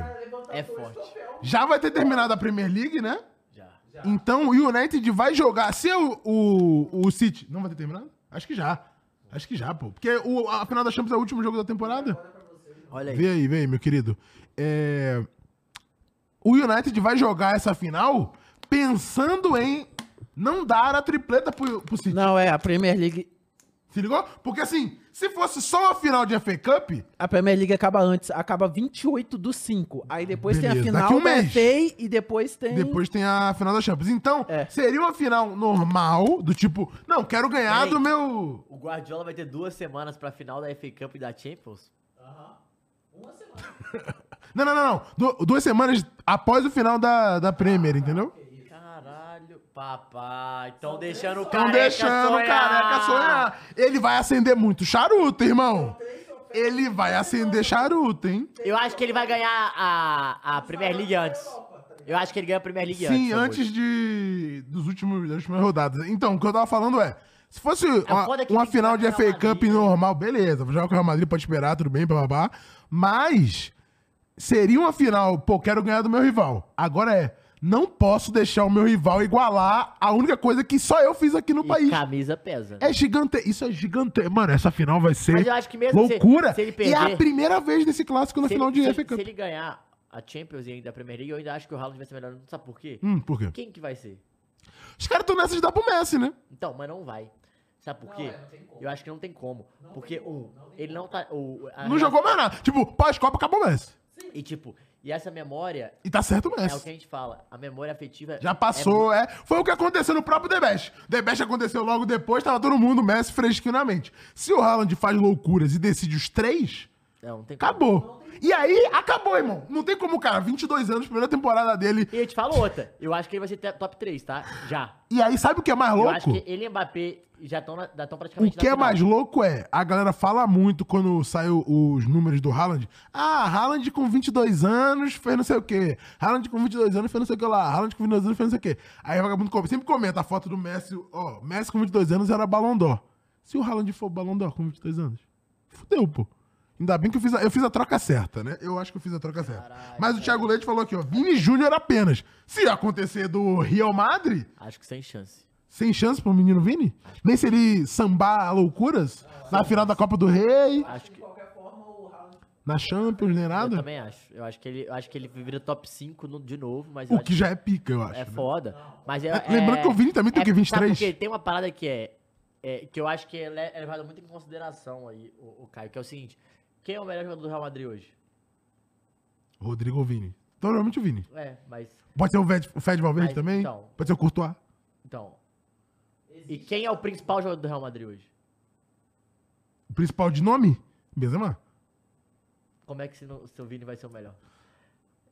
[SPEAKER 1] É forte.
[SPEAKER 2] já vai ter terminado a Premier League, né?
[SPEAKER 1] já.
[SPEAKER 2] Então o United vai jogar. Se o, o, o City. Não vai ter terminado? Acho que já. Acho que já, pô. Porque o, a final da Champions é o último jogo da temporada.
[SPEAKER 1] Olha aí.
[SPEAKER 2] Vê aí, vem, meu querido. É, O United vai jogar essa final pensando em não dar a tripleta pro, pro City.
[SPEAKER 3] Não, é, a Premier League.
[SPEAKER 2] Se ligou? Porque assim, se fosse só a final de FA Cup,
[SPEAKER 3] A Premier League acaba antes, acaba 28 do 5. Aí depois tem a
[SPEAKER 2] Beleza,
[SPEAKER 3] final
[SPEAKER 2] daqui um
[SPEAKER 3] da
[SPEAKER 2] mês.
[SPEAKER 3] FA e depois tem.
[SPEAKER 2] depois tem a final da Champions. Então,
[SPEAKER 3] É.
[SPEAKER 2] seria uma final normal, do tipo, não, quero ganhar
[SPEAKER 1] Peraí.
[SPEAKER 2] do meu.
[SPEAKER 1] O Guardiola vai ter duas semanas pra final da FA Cup e da Champions?
[SPEAKER 4] Aham. Uma semana.
[SPEAKER 2] Não, não, não, não. Du- duas semanas após o final da, da Premier, entendeu?
[SPEAKER 1] Caralho, papai. Estão deixando o
[SPEAKER 2] Estão
[SPEAKER 1] careca
[SPEAKER 2] deixando o
[SPEAKER 1] sonhar.
[SPEAKER 2] Então, careca sonhar. Ele vai acender muito charuto, irmão. Ele vai acender charuto, hein?
[SPEAKER 1] Eu acho que ele vai ganhar a, a Premier League antes. Eu acho que ele ganha a Premier League antes.
[SPEAKER 2] Sim, antes de dos últimos, das últimas rodadas. Então, o que eu tava falando é, se fosse uma,
[SPEAKER 1] foda que
[SPEAKER 2] uma
[SPEAKER 1] tem que
[SPEAKER 2] final
[SPEAKER 1] jogar
[SPEAKER 2] de
[SPEAKER 1] com o
[SPEAKER 2] FA
[SPEAKER 1] Real
[SPEAKER 2] Cup
[SPEAKER 1] Madrid.
[SPEAKER 2] normal, beleza, vou jogar com o Real Madrid, pode esperar, tudo bem, babá. Mas seria uma final, pô, quero ganhar do meu rival. Agora é, não posso deixar o meu rival igualar a única coisa que só eu fiz aqui no
[SPEAKER 1] E
[SPEAKER 2] país.
[SPEAKER 1] camisa pesa. né?
[SPEAKER 2] É gigante, isso é gigante. Mano, essa final vai ser
[SPEAKER 1] Mas eu acho que mesmo se-
[SPEAKER 2] loucura.
[SPEAKER 1] se ele
[SPEAKER 2] e é a
[SPEAKER 1] perder-
[SPEAKER 2] primeira vez nesse clássico na
[SPEAKER 1] Se
[SPEAKER 2] final
[SPEAKER 1] ele,
[SPEAKER 2] de
[SPEAKER 1] se,
[SPEAKER 2] FA
[SPEAKER 1] ele-
[SPEAKER 2] Cup.
[SPEAKER 1] se ele ganhar a Champions e ainda a Premier League, eu ainda acho que o Haaland vai ser melhor. Sabe por quê?
[SPEAKER 2] Hum, por quê?
[SPEAKER 1] Quem que vai ser?
[SPEAKER 2] Os caras estão nessa de dar pro Messi, né?
[SPEAKER 1] Então, mas não vai. Sabe por
[SPEAKER 4] Não,
[SPEAKER 1] quê?
[SPEAKER 4] é, não tem como.
[SPEAKER 1] eu acho que não tem como. porque, um, ele não tá. O, a-
[SPEAKER 2] Não jogou mais nada. Tipo, pós-Copa acabou o Messi.
[SPEAKER 1] E tipo, e essa memória
[SPEAKER 2] E tá certo o
[SPEAKER 1] é o
[SPEAKER 2] Messi.
[SPEAKER 1] que a gente fala. A memória afetiva.
[SPEAKER 2] Já
[SPEAKER 1] é
[SPEAKER 2] passou, é, Foi o que aconteceu no próprio The Best. The Best aconteceu logo depois, tava todo mundo, Messi fresquinho na mente. Se o Haaland faz loucuras e decide os três,
[SPEAKER 1] Não, não tem como.
[SPEAKER 2] acabou. E aí, acabou, irmão. Não tem como, cara, 22 anos, primeira temporada dele.
[SPEAKER 1] E eu te falo outra. Eu acho que ele vai ser te- top 3, tá? Já.
[SPEAKER 2] E aí, sabe o que é mais
[SPEAKER 1] Eu acho
[SPEAKER 2] louco?
[SPEAKER 1] que ele e Mbappé já estão
[SPEAKER 2] O
[SPEAKER 1] praticamente na
[SPEAKER 2] que é
[SPEAKER 1] final.
[SPEAKER 2] mais louco é, a galera fala muito quando saiu os números do Haaland. Ah, Haaland com 22 anos fez não sei o quê. Haaland com 22 anos fez não sei o que lá. Haaland com 22 anos fez não sei o quê. Aí o vagabundo com- sempre comenta a foto do Messi. Ó, Messi com 22 anos era Ballon d'Or. Se o Haaland for Ballon d'Or com 22 anos, fudeu, pô. Ainda bem que eu fiz, a, eu fiz a troca certa, né? Eu acho que eu fiz a troca certa. Mas o Thiago Leite falou aqui, ó. Vini Júnior apenas. Se acontecer do Real Madrid,
[SPEAKER 1] Acho que sem chance.
[SPEAKER 2] sem chance pro menino Vini? Nem se ele sambar a loucuras na final da Copa do Rei,
[SPEAKER 1] Acho
[SPEAKER 4] De
[SPEAKER 1] que.
[SPEAKER 4] qualquer forma, o Haaland
[SPEAKER 2] na Champions, nem
[SPEAKER 1] Eu
[SPEAKER 2] nada.
[SPEAKER 1] também acho. Eu acho que ele, eu acho que ele vira top 5 no- de novo, mas eu
[SPEAKER 2] O
[SPEAKER 1] acho
[SPEAKER 2] que já é pica, eu acho.
[SPEAKER 1] é
[SPEAKER 2] né?
[SPEAKER 1] foda. Mas é,
[SPEAKER 2] É, lembrando que o Vini também tem o quê? 23?
[SPEAKER 1] Porque tem uma parada que é, é- que eu acho que é le- é levada muito em consideração aí, o, o Caio, que é o seguinte: quem é o melhor jogador do Real Madrid hoje?
[SPEAKER 2] Rodrigo ou Vini? Provavelmente o Vini.
[SPEAKER 1] É, mas.
[SPEAKER 2] Pode ser o Fed, o Fed Valverde
[SPEAKER 1] Mas,
[SPEAKER 2] também?
[SPEAKER 1] então.
[SPEAKER 2] Pode ser o Courtois?
[SPEAKER 1] Então. E quem é o principal jogador do Real Madrid hoje?
[SPEAKER 2] O principal de nome? Benzema.
[SPEAKER 1] Como é que se não- seu Vini vai ser o melhor?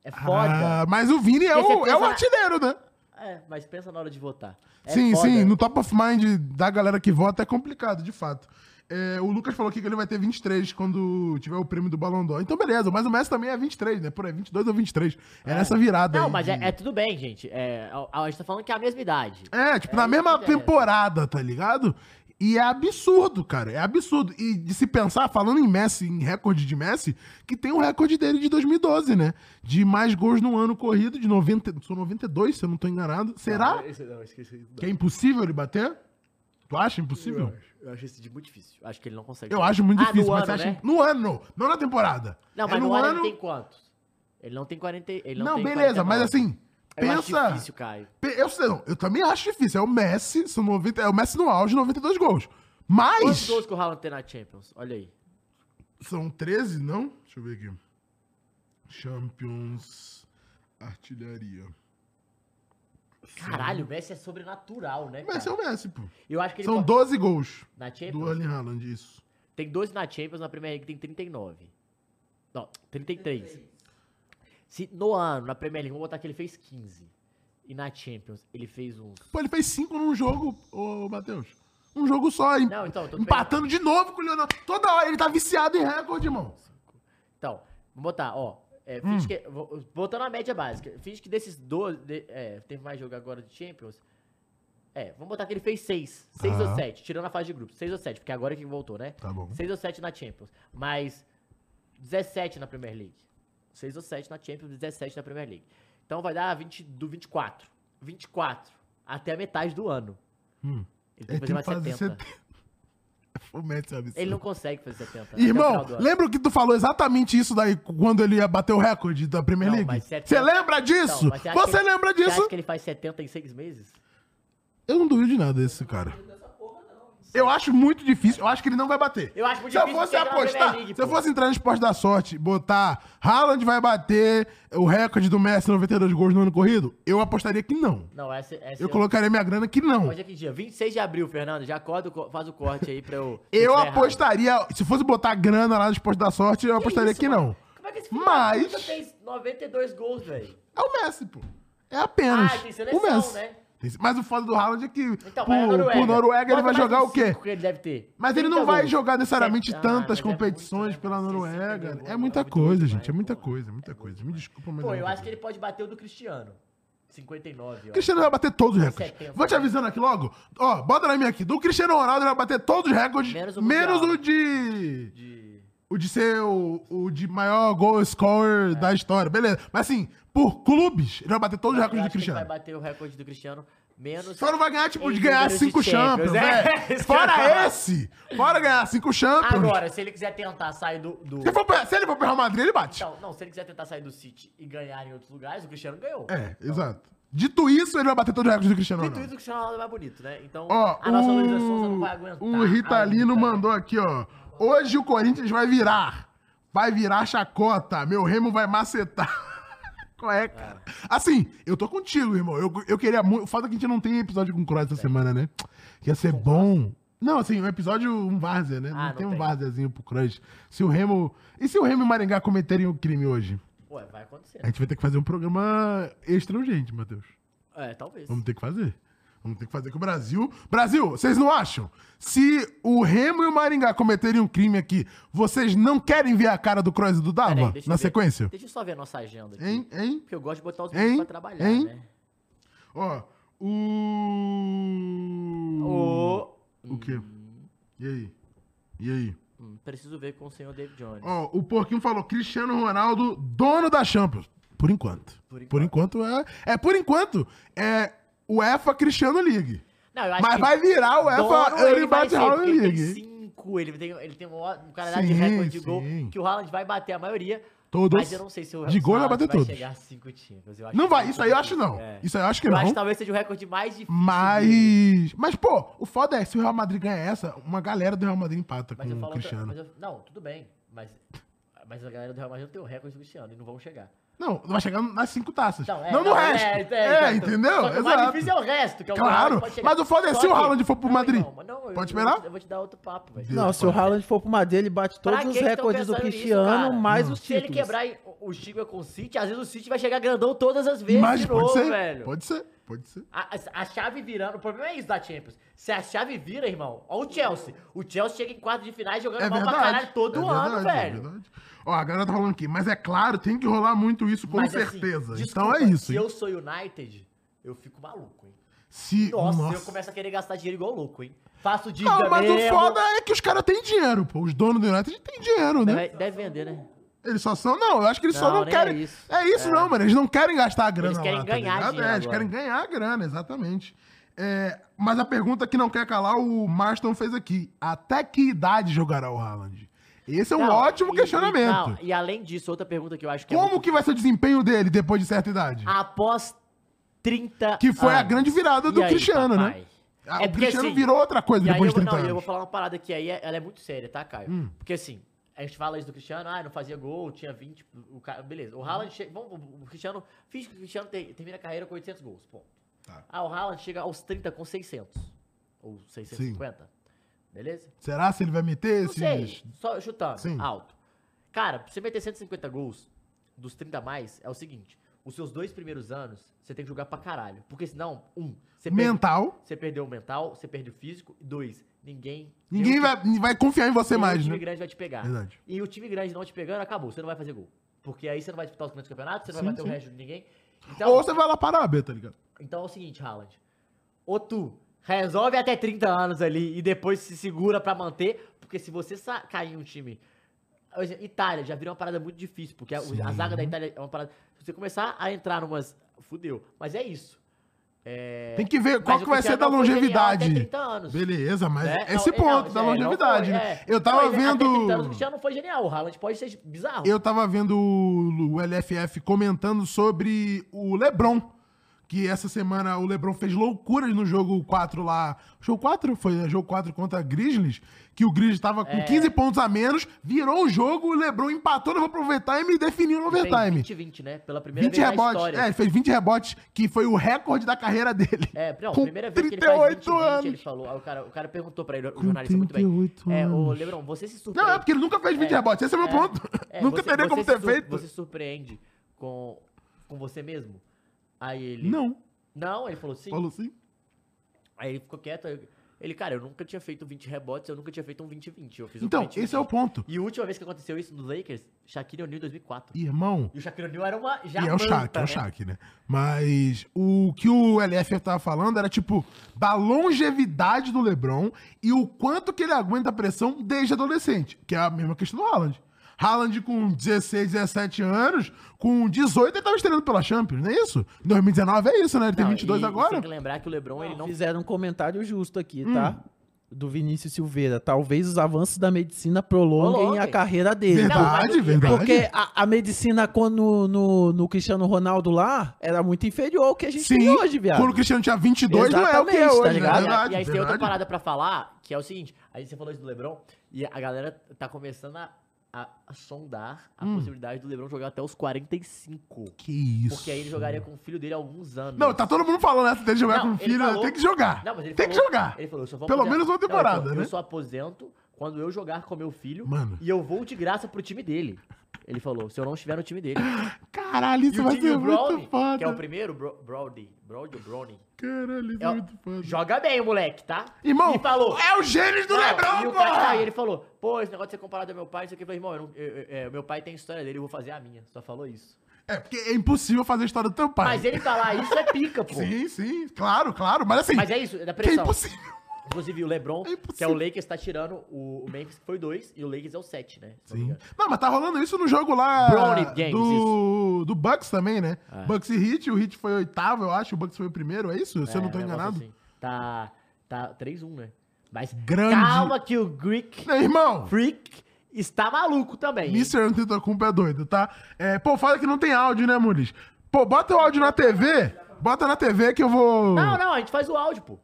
[SPEAKER 1] É foda.
[SPEAKER 2] Ah, mas o Vini é
[SPEAKER 1] Porque
[SPEAKER 2] o,
[SPEAKER 1] você
[SPEAKER 2] é
[SPEAKER 1] pensa
[SPEAKER 2] o
[SPEAKER 1] na-
[SPEAKER 2] artilheiro, né?
[SPEAKER 1] É, mas pensa na hora de votar. É
[SPEAKER 2] sim,
[SPEAKER 1] foda.
[SPEAKER 2] sim. No top of mind da galera que vota é complicado, de fato. É, o Lucas falou aqui que ele vai ter 23 quando tiver o prêmio do Ballon d'Or. Então, beleza. Mas o Messi também é 23, né? Por aí, 22 ou 23. É, nessa virada
[SPEAKER 1] Não,
[SPEAKER 2] aí
[SPEAKER 1] mas
[SPEAKER 2] de-
[SPEAKER 1] é, é tudo bem, gente. É, a, a gente tá falando que é a mesma idade.
[SPEAKER 2] É, tipo,
[SPEAKER 1] É
[SPEAKER 2] na
[SPEAKER 1] isso
[SPEAKER 2] mesma
[SPEAKER 1] que interessa.
[SPEAKER 2] temporada, tá ligado? E é absurdo, cara. É absurdo. E de se pensar, falando em Messi, em recorde de Messi, que tem o recorde dele de 2012, né? De mais gols num ano corrido, de 90, são 92, se eu não tô enganado. Será
[SPEAKER 1] Ah, Esse- Não, esqueci.
[SPEAKER 2] que é impossível ele bater? Tu acha impossível?
[SPEAKER 1] Eu acho esse de muito difícil. Acho que ele não consegue.
[SPEAKER 2] Eu acho muito
[SPEAKER 1] Ah,
[SPEAKER 2] difícil,
[SPEAKER 1] no
[SPEAKER 2] mas
[SPEAKER 1] ano,
[SPEAKER 2] você acha.
[SPEAKER 1] né?
[SPEAKER 2] No ano, não na temporada.
[SPEAKER 1] Não,
[SPEAKER 2] É
[SPEAKER 1] mas no, ano, ele tem quantos? Ele não tem 40. e- Ele não,
[SPEAKER 2] Não,
[SPEAKER 1] tem
[SPEAKER 2] beleza,
[SPEAKER 1] 49.
[SPEAKER 2] mas assim,
[SPEAKER 1] Eu acho
[SPEAKER 2] pensa.
[SPEAKER 1] É difícil, Caio.
[SPEAKER 2] Pe- Eu, sei, não, eu também acho difícil. É o Messi, são 90, é o Messi no auge, 92 gols.
[SPEAKER 1] Quantos
[SPEAKER 2] Mas.
[SPEAKER 1] gols que o Haaland tem na Champions? Olha aí.
[SPEAKER 2] São 13, não? Deixa eu ver aqui. Champions. Artilharia.
[SPEAKER 1] Caralho, o Messi é sobrenatural, né,
[SPEAKER 2] Messi é
[SPEAKER 1] cara?
[SPEAKER 2] o Messi, pô.
[SPEAKER 1] Eu acho que ele
[SPEAKER 2] São
[SPEAKER 1] pode-
[SPEAKER 2] 12 gols
[SPEAKER 1] na
[SPEAKER 2] do
[SPEAKER 1] Champions.
[SPEAKER 2] Erling Haaland, isso.
[SPEAKER 1] Tem 12 na Champions, na Premier League tem 39. Não, 33. Se no ano, na Premier League, vamos botar que ele fez 15. E na Champions, ele fez uns.
[SPEAKER 2] Pô, ele fez cinco num jogo, ô Matheus. Um jogo só, hein?
[SPEAKER 1] Não, então, eu tô
[SPEAKER 2] Empatando de novo com o Leonardo. Toda hora ele tá viciado em recorde, irmão.
[SPEAKER 1] Então, vamos botar, ó. É, finge que, vou- botando a média básica. Finge que desses 12. de- é, teve mais jogo agora de Champions. É, vamos botar que ele fez 6. 6
[SPEAKER 2] Aham.
[SPEAKER 1] ou 7, tirando a fase de grupos. 6 ou 7, porque agora é que voltou, né?
[SPEAKER 2] Tá bom.
[SPEAKER 1] 6 ou 7 na Champions. Mais 17 na Premier League. 6 ou 7 na Champions, 17 na Premier League. Então vai dar 20, do 24. 24. Até a metade do ano.
[SPEAKER 2] Hum.
[SPEAKER 1] Ele tem
[SPEAKER 2] Ele
[SPEAKER 1] que fazer mais 70.
[SPEAKER 2] O Messi é um absurdo.
[SPEAKER 1] Ele não consegue fazer 70. Tá até o final
[SPEAKER 2] Irmão,
[SPEAKER 1] do ano.
[SPEAKER 2] lembra que tu falou exatamente isso daí quando ele ia bater o recorde da Premier
[SPEAKER 1] Não,
[SPEAKER 2] League?
[SPEAKER 1] mas sete-
[SPEAKER 2] Você lembra
[SPEAKER 1] Então,
[SPEAKER 2] disso?
[SPEAKER 1] mas
[SPEAKER 2] você
[SPEAKER 1] acha que ele-
[SPEAKER 2] lembra
[SPEAKER 1] Você
[SPEAKER 2] disso?
[SPEAKER 1] acha que ele faz 76 meses?
[SPEAKER 2] Eu não duvido de nada desse cara. Eu acho muito difícil, eu acho que ele não vai bater.
[SPEAKER 1] Eu acho muito
[SPEAKER 2] se eu
[SPEAKER 1] difícil
[SPEAKER 2] fosse
[SPEAKER 1] chegar na
[SPEAKER 2] apostar,
[SPEAKER 1] Premier League,
[SPEAKER 2] se eu
[SPEAKER 1] pô.
[SPEAKER 2] fosse entrar no esporte da sorte, botar Haaland vai bater o recorde do Messi 92 gols no ano corrido, eu apostaria que não.
[SPEAKER 1] Não, essa, essa é
[SPEAKER 2] Eu colocaria minha grana que não.
[SPEAKER 1] Hoje é que dia? 26 de abril, Fernando. Já acorda, o co- faz o corte aí pra eu. se
[SPEAKER 2] Eu
[SPEAKER 1] tiver errado.
[SPEAKER 2] apostaria, se fosse botar grana lá no esporte da sorte, eu apostaria
[SPEAKER 1] isso,
[SPEAKER 2] que
[SPEAKER 1] mano?
[SPEAKER 2] não.
[SPEAKER 1] Como é que esse filho
[SPEAKER 2] Mas-
[SPEAKER 1] da puta fez 92 gols, velho?
[SPEAKER 2] É o Messi, pô. É apenas.
[SPEAKER 1] Ah, tem seleção,
[SPEAKER 2] o Messi.
[SPEAKER 1] né?
[SPEAKER 2] Tem se- Mas o foda do Haaland é que
[SPEAKER 1] Então,
[SPEAKER 2] pro,
[SPEAKER 1] vai na Noruega.
[SPEAKER 2] pro Noruega ele
[SPEAKER 1] Bota
[SPEAKER 2] vai
[SPEAKER 1] mais
[SPEAKER 2] jogar
[SPEAKER 1] uns
[SPEAKER 2] o quê?
[SPEAKER 1] cinco que ele deve ter.
[SPEAKER 2] Mas ele não
[SPEAKER 1] 30
[SPEAKER 2] vai
[SPEAKER 1] gols.
[SPEAKER 2] jogar necessariamente
[SPEAKER 1] Sete- Ah, mas
[SPEAKER 2] tantas
[SPEAKER 1] é
[SPEAKER 2] competições
[SPEAKER 1] muito, né,
[SPEAKER 2] pela
[SPEAKER 1] mano? 60
[SPEAKER 2] Noruega.
[SPEAKER 1] gols,
[SPEAKER 2] É muita
[SPEAKER 1] mano,
[SPEAKER 2] coisa,
[SPEAKER 1] muito
[SPEAKER 2] gente. É
[SPEAKER 1] demais,
[SPEAKER 2] muita
[SPEAKER 1] pô.
[SPEAKER 2] coisa, é muita coisa. Me desculpa, mas.
[SPEAKER 1] Pô, eu
[SPEAKER 2] é muita
[SPEAKER 1] acho que
[SPEAKER 2] coisa.
[SPEAKER 1] ele pode bater o do Cristiano. 59, ó.
[SPEAKER 2] Cristiano vai bater todos os recordes.
[SPEAKER 1] 70,
[SPEAKER 2] Vou te
[SPEAKER 1] né?
[SPEAKER 2] avisando aqui logo. Ó, bota na minha aqui. Do Cristiano Ronaldo ele vai bater todos os recordes, menos
[SPEAKER 1] Menos
[SPEAKER 2] o,
[SPEAKER 1] o Mundial. né?
[SPEAKER 2] de.
[SPEAKER 1] De...
[SPEAKER 2] O de ser o, o de maior goal
[SPEAKER 1] É.
[SPEAKER 2] scorer da história. Beleza. Mas assim, por clubes, ele vai bater todos os
[SPEAKER 1] Eu
[SPEAKER 2] recordes
[SPEAKER 1] acho
[SPEAKER 2] do
[SPEAKER 1] que ele
[SPEAKER 2] Cristiano.
[SPEAKER 1] vai bater o recorde do Cristiano menos.
[SPEAKER 2] Só não vai ganhar, tipo,
[SPEAKER 1] em
[SPEAKER 2] de ganhar
[SPEAKER 1] número de
[SPEAKER 2] cinco Champions,
[SPEAKER 1] Champions, é.
[SPEAKER 2] né?
[SPEAKER 1] Isso que eu ia
[SPEAKER 2] Fora
[SPEAKER 1] falar.
[SPEAKER 2] esse! Fora ganhar cinco Champions.
[SPEAKER 1] Agora, se ele quiser tentar sair do. do...
[SPEAKER 2] Se, for pra- se ele for pro Real Madrid, ele bate.
[SPEAKER 1] Então, não, se ele quiser tentar sair do City e ganhar em outros lugares, o Cristiano ganhou.
[SPEAKER 2] É, exato. Dito isso, ele vai bater todos os recordes do Cristiano
[SPEAKER 1] Dito isso,
[SPEAKER 2] Ronaldo.
[SPEAKER 1] o Cristiano Ronaldo é mais bonito, né? Então,
[SPEAKER 2] Ó,
[SPEAKER 1] a nossa Luísa Souza não vai aguentar.
[SPEAKER 2] o, o Ritalino
[SPEAKER 1] A Luísa.
[SPEAKER 2] mandou aqui, ó. Hoje o Corinthians vai virar. Vai virar chacota. Meu remo vai macetar. Qual é, cara? Assim, eu tô contigo, irmão. Eu, eu queria muito. O fato é que a gente não tem episódio com o Croácia essa semana, né? Que ia ser bom. Não, assim, um episódio, um várzea, né? não,
[SPEAKER 1] Ah, não
[SPEAKER 2] tem um
[SPEAKER 1] tem.
[SPEAKER 2] várzeazinho pro Crush. Se o Remo. E se o Remo e o Maringá cometerem o crime hoje?
[SPEAKER 1] Ué, vai acontecer.
[SPEAKER 2] A gente vai ter que fazer um programa extra urgente, Matheus.
[SPEAKER 1] É, talvez.
[SPEAKER 2] Vamos ter que fazer. Vamos ter que fazer com o Brasil. Brasil, vocês não acham? Se o Remo e o Maringá cometerem um crime aqui, vocês não querem ver a cara do Cross e do
[SPEAKER 1] Peraí,
[SPEAKER 2] Dava
[SPEAKER 1] deixa eu
[SPEAKER 2] na
[SPEAKER 1] ver.
[SPEAKER 2] sequência?
[SPEAKER 1] Deixa eu só ver a nossa agenda aqui.
[SPEAKER 2] Hein? Hein?
[SPEAKER 1] Porque eu gosto de botar os
[SPEAKER 2] Hein?
[SPEAKER 1] meninos pra trabalhar,
[SPEAKER 2] Hein?
[SPEAKER 1] né?
[SPEAKER 2] Ó, o.
[SPEAKER 1] O...
[SPEAKER 2] O quê? E aí? E aí?
[SPEAKER 1] Hum, preciso ver com o senhor David Jones.
[SPEAKER 2] Ó, o Porquinho falou Cristiano Ronaldo, dono da Champions. Por enquanto.
[SPEAKER 1] Por
[SPEAKER 2] Por enquanto, é. É, por enquanto, é UEFA Cristiano League.
[SPEAKER 1] Não, eu
[SPEAKER 2] Mas vai virar o
[SPEAKER 1] Dono,
[SPEAKER 2] UEFA Early
[SPEAKER 1] ele vai
[SPEAKER 2] Bat
[SPEAKER 1] ser,
[SPEAKER 2] Haaland
[SPEAKER 1] porque ele
[SPEAKER 2] League.
[SPEAKER 1] tem cinco, ele tem, ele tem um, ó- um cara de
[SPEAKER 2] Sim,
[SPEAKER 1] recorde de gol,
[SPEAKER 2] sim.
[SPEAKER 1] que o Haaland vai bater a maioria.
[SPEAKER 2] Todos.
[SPEAKER 1] Mas eu não sei se o
[SPEAKER 2] De gol
[SPEAKER 1] se o
[SPEAKER 2] vai
[SPEAKER 1] Haaland
[SPEAKER 2] bater todos.
[SPEAKER 1] chegar a cinco times. Eu acho
[SPEAKER 2] Não
[SPEAKER 1] que
[SPEAKER 2] vai,
[SPEAKER 1] muito
[SPEAKER 2] isso aí eu acho não.
[SPEAKER 1] difícil. É.
[SPEAKER 2] Isso aí eu acho que
[SPEAKER 1] Eu
[SPEAKER 2] não.
[SPEAKER 1] acho que talvez seja o recorde mais difícil. dele.
[SPEAKER 2] Mas. Mas, pô, o foda é, se o Real Madrid ganha essa, uma galera do Real Madrid empata
[SPEAKER 1] Mas eu
[SPEAKER 2] com o
[SPEAKER 1] falo.
[SPEAKER 2] Hum,
[SPEAKER 1] é,
[SPEAKER 2] Cristiano.
[SPEAKER 1] mas eu- não, tudo bem. Mas, mas a galera do Real Madrid não tem o recorde do Cristiano e não vão chegar.
[SPEAKER 2] Não, vai chegar nas cinco taças.
[SPEAKER 1] Não, é,
[SPEAKER 2] não no
[SPEAKER 1] não,
[SPEAKER 2] resto.
[SPEAKER 1] é,
[SPEAKER 2] É,
[SPEAKER 1] é, exato.
[SPEAKER 2] entendeu?
[SPEAKER 1] Só que O mais
[SPEAKER 2] Exato.
[SPEAKER 1] difícil é o resto. Que é o
[SPEAKER 2] Claro,
[SPEAKER 1] Haaland pode chegar.
[SPEAKER 2] mas o foda é
[SPEAKER 1] Só
[SPEAKER 2] se o
[SPEAKER 1] que-
[SPEAKER 2] Haaland for pro
[SPEAKER 1] não,
[SPEAKER 2] Madrid.
[SPEAKER 1] irmão, não, eu-
[SPEAKER 2] Pode
[SPEAKER 1] eu-
[SPEAKER 2] esperar?
[SPEAKER 1] Eu vou te dar outro papo, velho.
[SPEAKER 3] Não, se o Haaland for pro Madrid, ele bate
[SPEAKER 1] Pra
[SPEAKER 3] todos
[SPEAKER 1] que
[SPEAKER 3] os
[SPEAKER 1] que tão
[SPEAKER 3] recordes do
[SPEAKER 1] pensando nisso,
[SPEAKER 3] Cristiano,
[SPEAKER 1] cara?
[SPEAKER 3] mais os
[SPEAKER 1] Se ele
[SPEAKER 3] títulos.
[SPEAKER 1] quebrar em- o- o Chico é com o City, às vezes o City vai chegar grandão todas as vezes
[SPEAKER 2] Mas
[SPEAKER 1] de
[SPEAKER 2] pode
[SPEAKER 1] novo,
[SPEAKER 2] ser.
[SPEAKER 1] velho.
[SPEAKER 2] Pode ser, pode ser.
[SPEAKER 1] A, a- a chave virando, o problema é isso da Champions. Se a chave vira, irmão, ó o Chelsea. O Chelsea chega em quarto de finais jogando
[SPEAKER 2] É
[SPEAKER 1] mal
[SPEAKER 2] verdade.
[SPEAKER 1] pra caralho todo
[SPEAKER 2] é
[SPEAKER 1] ano,
[SPEAKER 2] verdade, é
[SPEAKER 1] velho.
[SPEAKER 2] verdade. Ó, a galera tá falando aqui, mas é claro, tem que rolar muito isso, com
[SPEAKER 1] Mas, assim,
[SPEAKER 2] certeza. então
[SPEAKER 1] desculpa,
[SPEAKER 2] é isso.
[SPEAKER 1] Se
[SPEAKER 2] hein?
[SPEAKER 1] eu sou United, eu fico maluco, hein?
[SPEAKER 2] Se,
[SPEAKER 1] Nossa, eu começo a querer gastar dinheiro igual louco, hein? Faço dívida
[SPEAKER 2] Não, mas o
[SPEAKER 1] mesmo.
[SPEAKER 2] foda é que os caras têm dinheiro, pô. Os donos do United têm dinheiro, né?
[SPEAKER 1] Deve, deve vender, né?
[SPEAKER 2] Eles só são. Não, eu acho que eles só
[SPEAKER 1] Não,
[SPEAKER 2] não
[SPEAKER 1] nem
[SPEAKER 2] querem. É
[SPEAKER 1] é
[SPEAKER 2] isso,
[SPEAKER 1] isso.
[SPEAKER 2] não, mano. Eles não querem gastar a grana.
[SPEAKER 1] Eles querem
[SPEAKER 2] lá, tá
[SPEAKER 1] ganhar
[SPEAKER 2] ligado?
[SPEAKER 1] dinheiro
[SPEAKER 2] É, eles
[SPEAKER 1] agora.
[SPEAKER 2] querem ganhar a grana, exatamente. É, mas a pergunta que não quer calar, o Marston fez aqui. Até que idade jogará o Haaland? Esse é um
[SPEAKER 1] Não,
[SPEAKER 2] ótimo
[SPEAKER 1] e- e-
[SPEAKER 2] questionamento.
[SPEAKER 1] não, E, além disso, outra pergunta que eu acho que é
[SPEAKER 2] Como
[SPEAKER 1] muito-
[SPEAKER 2] que vai ser o desempenho dele depois de certa idade?
[SPEAKER 1] Após 30
[SPEAKER 2] que foi a
[SPEAKER 1] anos.
[SPEAKER 2] grande virada
[SPEAKER 1] Ah, E
[SPEAKER 2] do
[SPEAKER 1] aí,
[SPEAKER 2] Cristiano,
[SPEAKER 1] papai?
[SPEAKER 2] né? Ah,
[SPEAKER 1] É
[SPEAKER 2] o
[SPEAKER 1] porque,
[SPEAKER 2] Cristiano
[SPEAKER 1] assim,
[SPEAKER 2] virou outra coisa
[SPEAKER 1] E aí eu,
[SPEAKER 2] depois de
[SPEAKER 1] vou-
[SPEAKER 2] 30
[SPEAKER 1] não, e eu vou
[SPEAKER 2] anos.
[SPEAKER 1] falar uma parada que aí é- ela é muito séria, tá, Caio?
[SPEAKER 2] Hum.
[SPEAKER 1] Porque assim, a gente fala isso do Cristiano, ah, não fazia gol, tinha 20, o cara, beleza. O Haaland chega, vamos, o Cristiano, finge que o Cristiano te- termina a carreira com 800 gols, ponto.
[SPEAKER 2] Tá.
[SPEAKER 1] Ah, o Haaland chega aos 30 com 600, ou 650, beleza?
[SPEAKER 2] Será se ele vai meter
[SPEAKER 1] Não sei,
[SPEAKER 2] esses.
[SPEAKER 1] só chutando,
[SPEAKER 2] Sim.
[SPEAKER 1] alto. Cara, pra você meter 150 gols dos 30 a mais, é o seguinte, os seus dois primeiros anos, você tem que jogar pra caralho. Porque senão, um, você, perde-
[SPEAKER 2] Mental.
[SPEAKER 1] você perdeu o mental, você perde o físico. E dois, ninguém...
[SPEAKER 2] Ninguém
[SPEAKER 1] nenhum-
[SPEAKER 2] vai, vai confiar em você
[SPEAKER 1] nenhum
[SPEAKER 2] mais,
[SPEAKER 1] time
[SPEAKER 2] né?
[SPEAKER 1] grande vai te pegar.
[SPEAKER 2] Verdade.
[SPEAKER 1] E o time grande não te pegando, acabou. Você não vai fazer gol. Porque aí você não vai disputar os grandes campeonatos, você não
[SPEAKER 2] Sim,
[SPEAKER 1] vai bater
[SPEAKER 2] sim.
[SPEAKER 1] o resto de ninguém. Então,
[SPEAKER 2] Ou você vai lá parar, B, tá ligado?
[SPEAKER 1] então é o seguinte, Haaland. Ou tu resolve até 30 anos ali e depois se segura pra manter. Porque se você sa- cair em um time. por exemplo, Itália já virou uma parada muito difícil. Porque a, a
[SPEAKER 2] Sim.
[SPEAKER 1] zaga da Itália é uma parada. Se você começar a entrar numas. Fudeu. Mas é isso.
[SPEAKER 2] Tem que ver
[SPEAKER 1] É. Mas
[SPEAKER 2] qual
[SPEAKER 1] o
[SPEAKER 2] que vai ser
[SPEAKER 1] Cristiano
[SPEAKER 2] da
[SPEAKER 1] foi genial Até
[SPEAKER 2] longevidade.
[SPEAKER 1] 30 anos.
[SPEAKER 2] Beleza, mas
[SPEAKER 1] né?
[SPEAKER 2] esse
[SPEAKER 1] Não,
[SPEAKER 2] ponto
[SPEAKER 1] não,
[SPEAKER 2] da
[SPEAKER 1] é, não
[SPEAKER 2] longevidade,
[SPEAKER 1] foi,
[SPEAKER 2] né?
[SPEAKER 1] é.
[SPEAKER 2] Eu tava
[SPEAKER 1] Não, ele- Até 30 anos, o
[SPEAKER 2] vendo.
[SPEAKER 1] Cristiano não foi genial. O Haaland pode ser bizarro.
[SPEAKER 2] Eu tava vendo o o LFF comentando sobre o Lebron. Que essa semana o Lebron fez loucuras no jogo 4 lá. Jogo 4? Foi né? jogo 4 contra Grizzlies. Que o Grizzlies tava
[SPEAKER 1] É.
[SPEAKER 2] com 15 pontos a menos. Virou o jogo, o Lebron empatou no overtime e definiu no
[SPEAKER 1] Fez
[SPEAKER 2] overtime.
[SPEAKER 1] 20 20, né? Pela primeira
[SPEAKER 2] 20
[SPEAKER 1] vez na
[SPEAKER 2] rebotes.
[SPEAKER 1] história.
[SPEAKER 2] É, ele fez 20 rebotes, que foi o recorde da carreira dele.
[SPEAKER 1] É, não,
[SPEAKER 2] Com
[SPEAKER 1] primeira vez que ele faz 20, 20,
[SPEAKER 2] anos.
[SPEAKER 1] ele falou. Aí o cara, o cara perguntou pra ele, o
[SPEAKER 2] Com
[SPEAKER 1] jornalista, muito bem.
[SPEAKER 2] 38
[SPEAKER 1] É, ô,
[SPEAKER 2] anos.
[SPEAKER 1] Lebron, você se surpreende.
[SPEAKER 2] Não, é porque ele nunca fez 20 rebotes. Esse é o meu ponto.
[SPEAKER 1] é,
[SPEAKER 2] nunca
[SPEAKER 1] você-
[SPEAKER 2] teria como
[SPEAKER 1] você
[SPEAKER 2] ter
[SPEAKER 1] se sur-
[SPEAKER 2] feito.
[SPEAKER 1] Você se surpreende com, com você mesmo? Aí ele.
[SPEAKER 2] Não.
[SPEAKER 1] Não, ele falou sim.
[SPEAKER 2] Falou assim.
[SPEAKER 1] Aí ele ficou quieto. aí Ele, cara, eu nunca tinha feito 20 rebotes, eu nunca tinha feito um 20-20. Eu fiz um
[SPEAKER 2] Então,
[SPEAKER 1] 20-20.
[SPEAKER 2] esse é o ponto.
[SPEAKER 1] E a última vez que aconteceu isso no Lakers, Shaquille O'Neal em 2004.
[SPEAKER 2] Irmão,
[SPEAKER 1] E o Shaquille O'Neal era uma. Já
[SPEAKER 2] E é o Shaq, é o Shaq, né? Mas o que o LF tava falando era, tipo, da longevidade do LeBron e o quanto que ele aguenta a pressão desde adolescente, que é a mesma questão do Haaland. Haaland com 16, 17 anos, com 18 ele tava estreando pela Champions, não é isso? Em 2019 é isso, né? Ele tem 22 agora.
[SPEAKER 1] Tem que lembrar que o Lebron, ele
[SPEAKER 3] Não,
[SPEAKER 1] não Hum.
[SPEAKER 3] Fizeram um comentário justo aqui, tá? Do Vinícius Silveira. Talvez os avanços da medicina prolonguem
[SPEAKER 1] Prolonguem.
[SPEAKER 3] a carreira dele. tá?
[SPEAKER 1] Não, mas
[SPEAKER 2] Verdade,
[SPEAKER 1] o que-
[SPEAKER 2] verdade.
[SPEAKER 3] Porque a, a medicina quando, no, no Cristiano Ronaldo lá era muito inferior ao que a gente tem
[SPEAKER 2] Sim,
[SPEAKER 3] hoje, viado.
[SPEAKER 2] quando o Cristiano tinha 22, não é o que é
[SPEAKER 3] Exatamente,
[SPEAKER 2] hoje,
[SPEAKER 3] tá
[SPEAKER 2] né?
[SPEAKER 3] ligado?
[SPEAKER 2] Verdade,
[SPEAKER 1] e aí tem outra
[SPEAKER 2] verdade.
[SPEAKER 1] parada pra falar, que é o seguinte, aí você falou isso do Lebron, e a galera tá começando a, a- a sondar
[SPEAKER 2] Hum.
[SPEAKER 1] a possibilidade do Lebron jogar até os 45.
[SPEAKER 2] Que isso.
[SPEAKER 1] Porque aí ele jogaria com o filho dele há alguns anos.
[SPEAKER 2] Não, tá todo mundo falando essa dele jogar
[SPEAKER 1] Não,
[SPEAKER 2] com o
[SPEAKER 1] ele
[SPEAKER 2] filho,
[SPEAKER 1] falou-
[SPEAKER 2] tem que jogar.
[SPEAKER 1] Não, mas ele
[SPEAKER 2] tem
[SPEAKER 1] falou-
[SPEAKER 2] que jogar.
[SPEAKER 1] Ele falou, eu só vou
[SPEAKER 2] Pelo menos uma
[SPEAKER 1] Não, ele
[SPEAKER 2] temporada,
[SPEAKER 1] falou,
[SPEAKER 2] né?
[SPEAKER 1] Eu só aposento quando eu jogar com meu filho
[SPEAKER 2] Mano.
[SPEAKER 1] e eu vou de graça pro time dele. Ele falou, se eu não estiver no time dele.
[SPEAKER 2] Caralho,
[SPEAKER 1] E
[SPEAKER 2] isso
[SPEAKER 1] o
[SPEAKER 2] vai
[SPEAKER 1] time
[SPEAKER 2] ser
[SPEAKER 1] do Brownie,
[SPEAKER 2] muito foda.
[SPEAKER 1] que é o primeiro, Bro- Brody, Brody ou Brownie,
[SPEAKER 2] Caralho, isso é,
[SPEAKER 1] É o-
[SPEAKER 2] muito foda.
[SPEAKER 1] joga bem o moleque, tá?
[SPEAKER 2] Irmão,
[SPEAKER 1] E falou,
[SPEAKER 2] é o gênio do
[SPEAKER 1] Não,
[SPEAKER 2] Lebron,
[SPEAKER 1] e o cara, tá
[SPEAKER 2] porra!
[SPEAKER 1] aí ele falou, pô, esse negócio de ser comparado ao meu pai, isso aqui, eu falei, irmão, eu não- eu- eu- é, meu pai tem a história dele, eu vou fazer a minha. Só falou isso.
[SPEAKER 2] É, porque é impossível fazer a história do teu pai.
[SPEAKER 1] Mas ele falar isso é pica, pô.
[SPEAKER 2] Sim, sim, claro, claro. Mas assim,
[SPEAKER 1] Mas é isso, é da
[SPEAKER 2] que é
[SPEAKER 1] pressão.
[SPEAKER 2] impossível.
[SPEAKER 1] Inclusive, o LeBron,
[SPEAKER 2] É impossível.
[SPEAKER 1] que é o Lakers, tá tirando o, o Memphis, que foi dois, e o Lakers é o 7, né? Se não me
[SPEAKER 2] Sim.
[SPEAKER 1] engano.
[SPEAKER 2] Não, mas tá rolando isso no jogo lá
[SPEAKER 1] Brownie Games,
[SPEAKER 2] do, do Bucks também, né?
[SPEAKER 1] É.
[SPEAKER 2] Bucks e Heat, o Heat foi oitavo, eu acho, o Bucks foi o primeiro, é isso? Se eu
[SPEAKER 1] É,
[SPEAKER 2] não tô
[SPEAKER 1] um negócio
[SPEAKER 2] enganado.
[SPEAKER 1] assim. Tá, tá 3-1, né? Mas
[SPEAKER 2] Grande.
[SPEAKER 1] calma que o Greek
[SPEAKER 2] Não, Né, irmão,
[SPEAKER 1] Freak está maluco também. hein?
[SPEAKER 2] Mr. Antetokounmpo é doido, tá? É, pô, fala que não tem áudio, né, Muniz? Pô, bota o áudio na TV, bota na TV que eu vou...
[SPEAKER 1] Não, não, a gente faz o áudio, pô.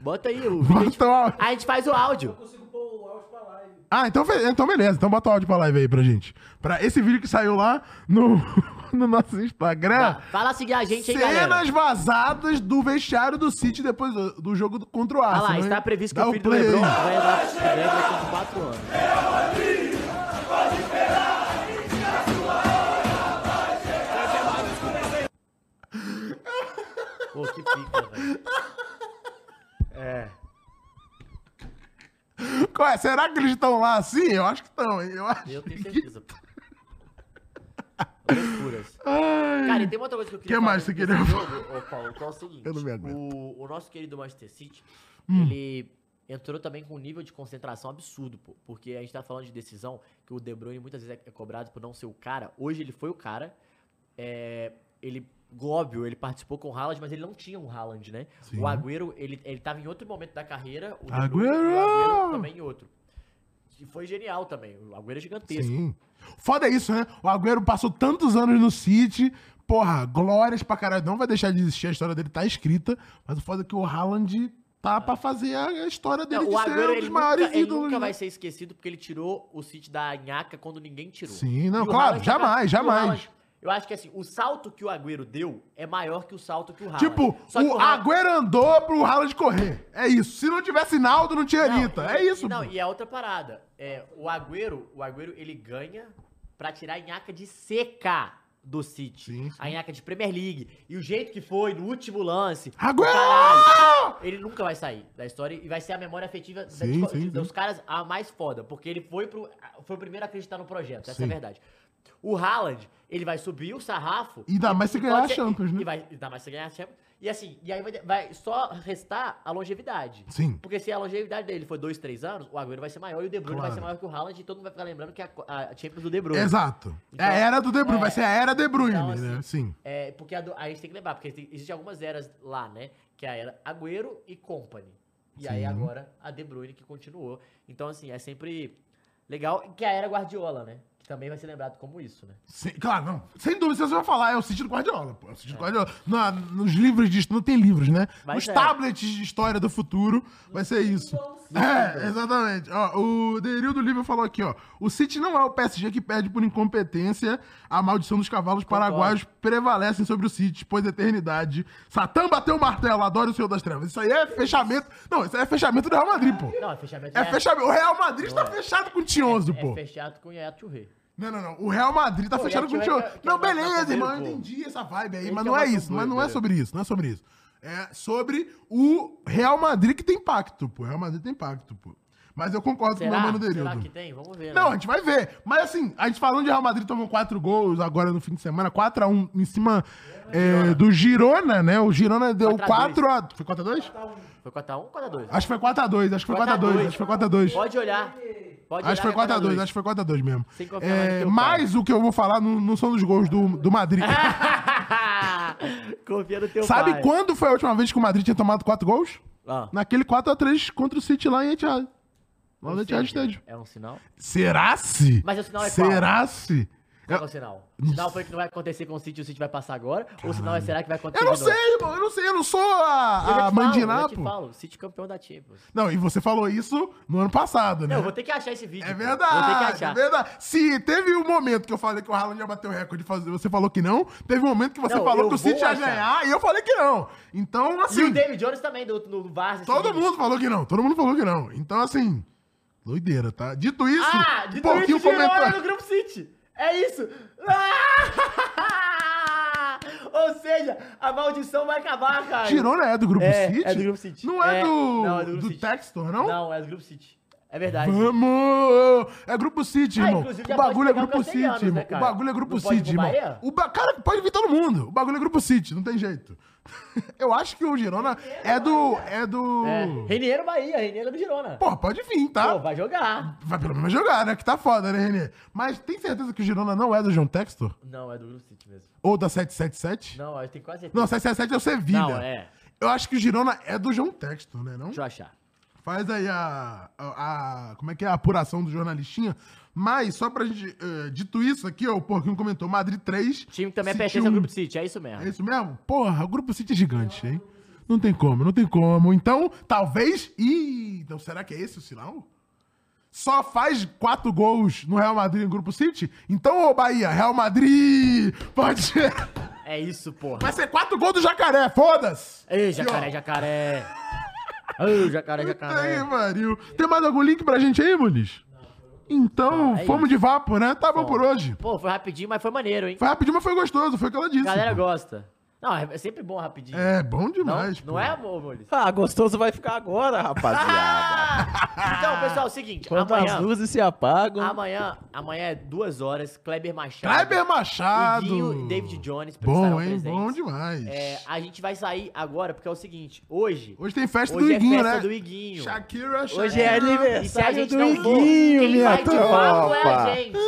[SPEAKER 1] Bota aí o vídeo. a gente-
[SPEAKER 2] Bota o áudio.
[SPEAKER 1] A gente faz o áudio.
[SPEAKER 4] Eu consigo pôr o áudio pra live.
[SPEAKER 2] Ah, então, fe- então beleza. Então bota o áudio pra live aí pra gente. Pra esse vídeo que saiu lá no, no nosso Instagram.
[SPEAKER 1] Tá, vai lá seguir a gente aí, galera.
[SPEAKER 2] Cenas vazadas do vestiário do City depois do, do jogo do- contra o
[SPEAKER 1] Ah
[SPEAKER 2] Arsenal.
[SPEAKER 1] lá, está
[SPEAKER 2] hein?
[SPEAKER 1] previsto que
[SPEAKER 2] Assim é? Dá
[SPEAKER 1] o filho do
[SPEAKER 2] play aí.
[SPEAKER 1] Lebron vai entrar pro Grêmio daqui a 4 anos. Pô, que pica, velho. É.
[SPEAKER 2] Qual é? Será que eles estão lá assim? Eu acho que estão, hein? Eu acho.
[SPEAKER 1] Eu tenho
[SPEAKER 2] que- tá.
[SPEAKER 1] certeza. pô. Loucuras.
[SPEAKER 2] Ai.
[SPEAKER 1] Cara, e tem uma outra coisa que eu queria
[SPEAKER 2] Que mais
[SPEAKER 1] falar
[SPEAKER 2] você
[SPEAKER 1] desse
[SPEAKER 2] queria falar?
[SPEAKER 1] jogo, ô, Paulo, que é o seguinte.
[SPEAKER 2] Eu não me aguento. Hum.
[SPEAKER 1] o, o nosso querido Manchester City, ele entrou também com um nível de concentração absurdo, pô. Porque a gente tá falando de decisão que o De Bruyne muitas vezes é é cobrado por não ser o cara. Hoje ele foi o cara. É, ele, óbvio, ele participou com o Haaland, mas ele não tinha um Haaland, né?
[SPEAKER 2] Sim.
[SPEAKER 1] O Agüero, ele, ele tava em outro momento da carreira. O De
[SPEAKER 2] Agüero!
[SPEAKER 1] o Agüero também em outro. E foi genial também. O Agüero é gigantesco.
[SPEAKER 2] Sim. Foda é isso, né? O Agüero passou tantos anos no City. Porra, glórias pra caralho. Não vai deixar de existir, a história dele tá escrita. Mas o foda é que o Haaland tá pra fazer a a história dele
[SPEAKER 1] Não, o
[SPEAKER 2] de ser
[SPEAKER 1] Agüero
[SPEAKER 2] um dos
[SPEAKER 1] ele nunca,
[SPEAKER 2] maiores
[SPEAKER 1] ele
[SPEAKER 2] ídolos.
[SPEAKER 1] nunca
[SPEAKER 2] né?
[SPEAKER 1] vai ser esquecido porque ele tirou o City da nhaca quando ninguém tirou.
[SPEAKER 2] Sim, não,
[SPEAKER 1] E o
[SPEAKER 2] claro,
[SPEAKER 1] Haaland
[SPEAKER 2] jamais,
[SPEAKER 1] acaba- e o
[SPEAKER 2] jamais.
[SPEAKER 1] Haaland- Eu acho que assim, o salto que o Agüero deu é maior que o salto que o Haaland.
[SPEAKER 2] Tipo,
[SPEAKER 1] Só que
[SPEAKER 2] o
[SPEAKER 1] Haaland-
[SPEAKER 2] Agüero andou pro Haaland correr. É isso. Se não tivesse Naldo, não tinha
[SPEAKER 1] Não,
[SPEAKER 2] Anitta.
[SPEAKER 1] e-
[SPEAKER 2] É isso,
[SPEAKER 1] e Não,
[SPEAKER 2] pô.
[SPEAKER 1] e é outra parada. É, o Agüero, o Agüero, ele ganha pra tirar a nhaca de seca do City.
[SPEAKER 2] Sim, sim.
[SPEAKER 1] A nhaca de Premier League. E o jeito que foi, no último lance.
[SPEAKER 2] Ah! Agüero!
[SPEAKER 1] Ele nunca vai sair da história e vai ser a memória afetiva da-
[SPEAKER 2] Sim,
[SPEAKER 1] tipo,
[SPEAKER 2] sim,
[SPEAKER 1] dos
[SPEAKER 2] sim.
[SPEAKER 1] caras a mais foda, porque ele foi, pro, foi o primeiro a acreditar no projeto, essa é
[SPEAKER 2] Sim.
[SPEAKER 1] a verdade. O Haaland, ele vai subir o sarrafo
[SPEAKER 2] E ainda mais se ganhar a
[SPEAKER 1] Pode ser-
[SPEAKER 2] Champions,
[SPEAKER 1] E
[SPEAKER 2] né?
[SPEAKER 1] vai, ainda mais se ganhar a Champions. E assim, e aí vai, vai só restar a longevidade.
[SPEAKER 2] Sim.
[SPEAKER 1] Porque se a longevidade dele for 2, 3 anos, o Agüero vai ser maior e o De Bruyne
[SPEAKER 2] Claro.
[SPEAKER 1] vai ser maior que o Haaland e todo mundo vai ficar lembrando que a, a Champions do De Bruyne.
[SPEAKER 2] Exato. É a
[SPEAKER 1] Então,
[SPEAKER 2] era do De Bruyne.
[SPEAKER 1] é.
[SPEAKER 2] Vai ser a era De Bruyne,
[SPEAKER 1] Então,
[SPEAKER 2] né? Sim.
[SPEAKER 1] É, porque a, do- a gente tem que lembrar, porque tem, existem algumas eras lá, né? Que é a era Agüero e Company. E aí
[SPEAKER 2] Sim.
[SPEAKER 1] agora a De Bruyne que continuou. Então assim, é sempre legal que a era Guardiola, né? Que também vai ser lembrado como isso, né?
[SPEAKER 2] Sim, claro, não. Sem dúvida, você vai falar, é o City do Guardiola, pô. É o City do Guardiola. Na- nos livros de não tem livros, né?
[SPEAKER 1] Mas
[SPEAKER 2] nos
[SPEAKER 1] é.
[SPEAKER 2] tablets de história do futuro, vai ser isso. É, exatamente. Ó, o Derildo Livre falou aqui, ó. O City não é o PSG que perde por incompetência. A maldição dos cavalos
[SPEAKER 1] Concordo.
[SPEAKER 2] paraguaios prevalecem sobre o City, pois a eternidade. Satã bateu o martelo, adora o Senhor das Trevas. Isso aí é fechamento. Não, isso aí é fechamento do Real Madrid, pô.
[SPEAKER 1] Não, é fechamento.
[SPEAKER 2] É fechamento. O Real Madrid tá
[SPEAKER 1] Não é.
[SPEAKER 2] fechado com o Tionzo,
[SPEAKER 1] é
[SPEAKER 2] pô.
[SPEAKER 1] fechado com o Yaya Touré.
[SPEAKER 2] Não, não, não. O Real Madrid tá
[SPEAKER 1] Pô,
[SPEAKER 2] fechado
[SPEAKER 1] e
[SPEAKER 2] com o
[SPEAKER 1] aqui
[SPEAKER 2] Tio.
[SPEAKER 1] vai que- que
[SPEAKER 2] Não,
[SPEAKER 1] vai matar
[SPEAKER 2] beleza,
[SPEAKER 1] o
[SPEAKER 2] irmão. Eu
[SPEAKER 1] Liverpool.
[SPEAKER 2] entendi essa vibe aí,
[SPEAKER 1] Ele
[SPEAKER 2] mas
[SPEAKER 1] que
[SPEAKER 2] não
[SPEAKER 1] é o
[SPEAKER 2] é
[SPEAKER 1] nosso
[SPEAKER 2] isso. Mas não é
[SPEAKER 1] doido,
[SPEAKER 2] sobre isso. Não é sobre isso. É sobre o Real Madrid que tem impacto, pô. O Real Madrid tem impacto, pô. Mas eu concordo com o meu
[SPEAKER 1] Será?
[SPEAKER 2] mano
[SPEAKER 1] Será que
[SPEAKER 2] Derildo.
[SPEAKER 1] tem? Vamos ver.
[SPEAKER 2] Não,
[SPEAKER 1] né?
[SPEAKER 2] a gente vai ver. Mas assim, a gente falando de Real Madrid tomou quatro gols agora no fim de semana, 4x1 em cima é, do Girona, né? O Girona deu
[SPEAKER 1] 4 a 2.
[SPEAKER 2] 4x2.
[SPEAKER 1] Foi
[SPEAKER 2] Foi 4x2?
[SPEAKER 1] 4x1 ou 4x2?
[SPEAKER 2] Acho que foi 4x2, acho que foi 4x2,
[SPEAKER 1] 4x2.
[SPEAKER 2] acho que foi 4x2.
[SPEAKER 1] Pode olhar. Pode
[SPEAKER 2] Acho que
[SPEAKER 1] olhar
[SPEAKER 2] foi
[SPEAKER 1] que é
[SPEAKER 2] 4x2, acho que foi 4x2 mesmo.
[SPEAKER 1] Sem confiar mais no
[SPEAKER 2] É,
[SPEAKER 1] teu
[SPEAKER 2] mas o que eu vou falar não, não são dos gols do, do Madrid.
[SPEAKER 1] Confia no teu
[SPEAKER 2] Sabe
[SPEAKER 1] Ah, pai.
[SPEAKER 2] quando foi a última vez que o Madrid tinha tomado 4 gols?
[SPEAKER 1] Ah,
[SPEAKER 2] Naquele 4x3 contra o City lá em Etihad. Lá
[SPEAKER 1] ou
[SPEAKER 2] no
[SPEAKER 1] seja,
[SPEAKER 2] Etihad Stadium.
[SPEAKER 1] É um sinal?
[SPEAKER 2] Será-se?
[SPEAKER 1] Mas o sinal é qual?
[SPEAKER 2] Será-se?
[SPEAKER 1] Qual
[SPEAKER 2] Eu,
[SPEAKER 1] é o sinal? O sinal foi que não vai acontecer com o City e o City vai passar agora? Ou o sinal é será que vai acontecer
[SPEAKER 2] eu não
[SPEAKER 1] de novo?
[SPEAKER 2] sei, Ah, irmão, eu não sei, eu não sou
[SPEAKER 1] Eu já
[SPEAKER 2] a, a
[SPEAKER 1] te falo,
[SPEAKER 2] Mandiná,
[SPEAKER 1] Eu já te
[SPEAKER 2] pô.
[SPEAKER 1] falo, City campeão da Champions.
[SPEAKER 2] Não, e você falou isso no ano passado, né?
[SPEAKER 1] Não, eu vou ter que achar esse vídeo.
[SPEAKER 2] É
[SPEAKER 1] pô. Vou ter que
[SPEAKER 2] verdade, é
[SPEAKER 1] achar.
[SPEAKER 2] verdade. Se teve um momento que eu falei que o Haaland ia bater o recorde, fazer- você falou que não. Teve um momento que você
[SPEAKER 1] Não,
[SPEAKER 2] falou
[SPEAKER 1] eu
[SPEAKER 2] que o City
[SPEAKER 1] vou
[SPEAKER 2] ia
[SPEAKER 1] achar.
[SPEAKER 2] ganhar e eu falei que não. Então,
[SPEAKER 1] E o
[SPEAKER 2] assim,
[SPEAKER 1] David Jones também, do, no Varsa.
[SPEAKER 2] todo mundo falou que não. Todo mundo falou que não. Então, assim, doideira, tá? Dito isso,
[SPEAKER 1] Ah, de
[SPEAKER 2] pô, que
[SPEAKER 1] Twitch
[SPEAKER 2] o
[SPEAKER 1] girou
[SPEAKER 2] comentário-
[SPEAKER 1] no Grupo City. É isso. Ah! Ou seja, a maldição vai acabar, cara.
[SPEAKER 2] Girona é do Grupo
[SPEAKER 1] É,
[SPEAKER 2] City?
[SPEAKER 1] é do Grupo City.
[SPEAKER 2] Não é,
[SPEAKER 1] É,
[SPEAKER 2] do,
[SPEAKER 1] não, é do
[SPEAKER 2] do,
[SPEAKER 1] Grupo City.
[SPEAKER 2] Textor, não?
[SPEAKER 1] não? Não, é do Grupo City. É verdade.
[SPEAKER 2] Vamos! É Grupo City,
[SPEAKER 1] Ah,
[SPEAKER 2] irmão.
[SPEAKER 1] inclusive,
[SPEAKER 2] o
[SPEAKER 1] já
[SPEAKER 2] bagulho é
[SPEAKER 1] pode pegar
[SPEAKER 2] Grupo
[SPEAKER 1] os
[SPEAKER 2] City,
[SPEAKER 1] castelhanos,
[SPEAKER 2] irmão.
[SPEAKER 1] né,
[SPEAKER 2] o
[SPEAKER 1] cara?
[SPEAKER 2] bagulho é Grupo
[SPEAKER 1] Não pode ir pro
[SPEAKER 2] City, irmão.
[SPEAKER 1] Bahia?
[SPEAKER 2] O ba- Cara, pode vir todo mundo. O bagulho é Grupo City, não tem jeito. Eu acho que o Girona é do. É do.
[SPEAKER 1] É. Renieiro Bahia, Renieiro do Girona.
[SPEAKER 2] Porra, pode vir, tá?
[SPEAKER 1] Pô, vai jogar.
[SPEAKER 2] Vai pelo menos jogar, né? Que tá foda, né, Renê? Mas tem certeza que o Girona não é do João Textor?
[SPEAKER 1] Não, é do Grupo City mesmo.
[SPEAKER 2] Ou da 777?
[SPEAKER 1] Não, eu tenho quase certeza.
[SPEAKER 2] Não, 777 é o Sevilha.
[SPEAKER 1] Não, é.
[SPEAKER 2] Eu acho que o Girona é do João Textor, né? Não?
[SPEAKER 1] Deixa eu achar.
[SPEAKER 2] Faz aí a, a, a- Como é que é? A apuração do jornalistinha. Mas, só pra gente. eh, dito isso aqui, ó, o Porquinho comentou: Madrid 3.
[SPEAKER 1] O time também
[SPEAKER 2] City
[SPEAKER 1] pertence ao
[SPEAKER 2] 1.
[SPEAKER 1] Grupo City, é isso mesmo.
[SPEAKER 2] É isso mesmo? Porra, o grupo City é gigante, hein? Não tem como, não tem como. Então, talvez. Ih, então será que é esse o sinal? Só faz quatro gols no Real Madrid no grupo City? Então, ô Bahia, Real Madrid! Pode ser.
[SPEAKER 1] É isso, porra.
[SPEAKER 2] Vai ser quatro gols do jacaré, foda-se!
[SPEAKER 1] Ei, jacaré, jacaré. Ô, jacaré, jacaré.
[SPEAKER 2] Puta que pariu. Tem mais algum link pra gente aí, Muniz? Então,
[SPEAKER 1] Tá, é
[SPEAKER 2] fomos de vapo, né? Tá bom por hoje.
[SPEAKER 1] Pô, foi rapidinho, mas foi maneiro, hein?
[SPEAKER 2] Foi rapidinho, mas foi gostoso. Foi o que ela disse.
[SPEAKER 1] A galera
[SPEAKER 2] pô.
[SPEAKER 1] gosta. Não, é sempre bom rapidinho.
[SPEAKER 2] É, bom
[SPEAKER 1] não,
[SPEAKER 2] demais.
[SPEAKER 1] não
[SPEAKER 2] pô.
[SPEAKER 1] é, amor, Molis?
[SPEAKER 3] Ah, gostoso vai ficar agora, rapaziada.
[SPEAKER 1] Então, pessoal, é o seguinte.
[SPEAKER 3] Quando as
[SPEAKER 1] Amanhã,
[SPEAKER 3] luzes se apagam.
[SPEAKER 1] amanhã, amanhã é duas horas, Kleber Machado.
[SPEAKER 2] Kleber
[SPEAKER 1] o
[SPEAKER 2] Machado.
[SPEAKER 1] Dinho e David Jones
[SPEAKER 2] Bom,
[SPEAKER 1] estarão
[SPEAKER 2] hein?
[SPEAKER 1] presentes.
[SPEAKER 2] Bom demais.
[SPEAKER 1] É, a gente vai sair agora, porque é o seguinte. Hoje,
[SPEAKER 2] Hoje tem festa
[SPEAKER 1] hoje
[SPEAKER 2] do
[SPEAKER 1] é
[SPEAKER 2] Iguinho,
[SPEAKER 1] festa
[SPEAKER 2] né?
[SPEAKER 1] do Iguinho.
[SPEAKER 2] Shakira, Shakira.
[SPEAKER 3] Hoje é aniversário
[SPEAKER 1] E se a gente
[SPEAKER 3] do
[SPEAKER 1] não for,
[SPEAKER 3] Iguinho,
[SPEAKER 1] quem
[SPEAKER 3] minha
[SPEAKER 1] vai de papo é
[SPEAKER 3] tropa.
[SPEAKER 1] a gente.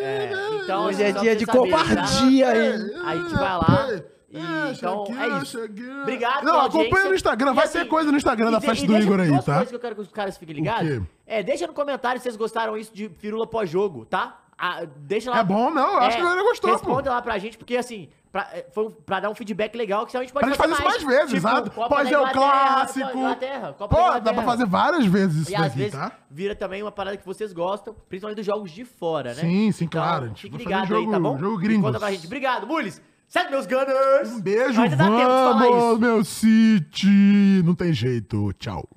[SPEAKER 1] É, então,
[SPEAKER 3] Hoje é
[SPEAKER 1] só pra
[SPEAKER 3] dia de
[SPEAKER 1] vocês saberem, tá?
[SPEAKER 3] covardia, hein?
[SPEAKER 1] A gente vai
[SPEAKER 2] Ah,
[SPEAKER 1] lá. E, então, é isso.
[SPEAKER 2] Shakira.
[SPEAKER 1] Obrigado
[SPEAKER 2] Não,
[SPEAKER 1] pela
[SPEAKER 2] acompanha
[SPEAKER 1] audiência.
[SPEAKER 2] no Instagram.
[SPEAKER 1] E
[SPEAKER 2] Vai
[SPEAKER 1] assim,
[SPEAKER 2] ter coisa no Instagram
[SPEAKER 1] e
[SPEAKER 2] da
[SPEAKER 1] de-
[SPEAKER 2] festa
[SPEAKER 1] e
[SPEAKER 2] do
[SPEAKER 1] deixa
[SPEAKER 2] Igor aí,
[SPEAKER 1] duas
[SPEAKER 2] tá?
[SPEAKER 1] coisas que eu quero que os caras fiquem ligados.
[SPEAKER 2] quê?
[SPEAKER 1] É, deixa no comentário se vocês gostaram isso de firula pós-jogo, tá? ah, deixa lá.
[SPEAKER 2] É bom, não? Eu acho que a galera gostou,
[SPEAKER 1] Responda
[SPEAKER 2] pô.
[SPEAKER 1] lá pra gente, porque assim, pra, é, foi um- pra dar um feedback legal que a gente pode Tipo,
[SPEAKER 2] Pra gente fazer isso mais vezes, exato.
[SPEAKER 1] Copa
[SPEAKER 2] Pode
[SPEAKER 1] da
[SPEAKER 2] ser o
[SPEAKER 1] Inglaterra,
[SPEAKER 2] clássico.
[SPEAKER 1] Copa da Inglaterra, Copa da
[SPEAKER 2] Pô,
[SPEAKER 1] Inglaterra.
[SPEAKER 2] dá pra fazer várias vezes isso
[SPEAKER 1] E às
[SPEAKER 2] daqui,
[SPEAKER 1] vezes
[SPEAKER 2] tá?
[SPEAKER 1] vira também uma parada que vocês gostam, principalmente dos jogos de fora, né?
[SPEAKER 2] Sim, sim, claro. A gente
[SPEAKER 1] Fique
[SPEAKER 2] vai
[SPEAKER 1] ligado
[SPEAKER 2] fazer um
[SPEAKER 1] aí, tá
[SPEAKER 2] jogo-
[SPEAKER 1] bom?
[SPEAKER 2] jogo
[SPEAKER 1] E
[SPEAKER 2] gringos.
[SPEAKER 1] Conta pra gente. Obrigado, Mules. Segue meus Gunners.
[SPEAKER 2] Um beijo,
[SPEAKER 1] Ainda dá tempo de falar isso.
[SPEAKER 2] vamos, meu City! Não tem jeito, tchau.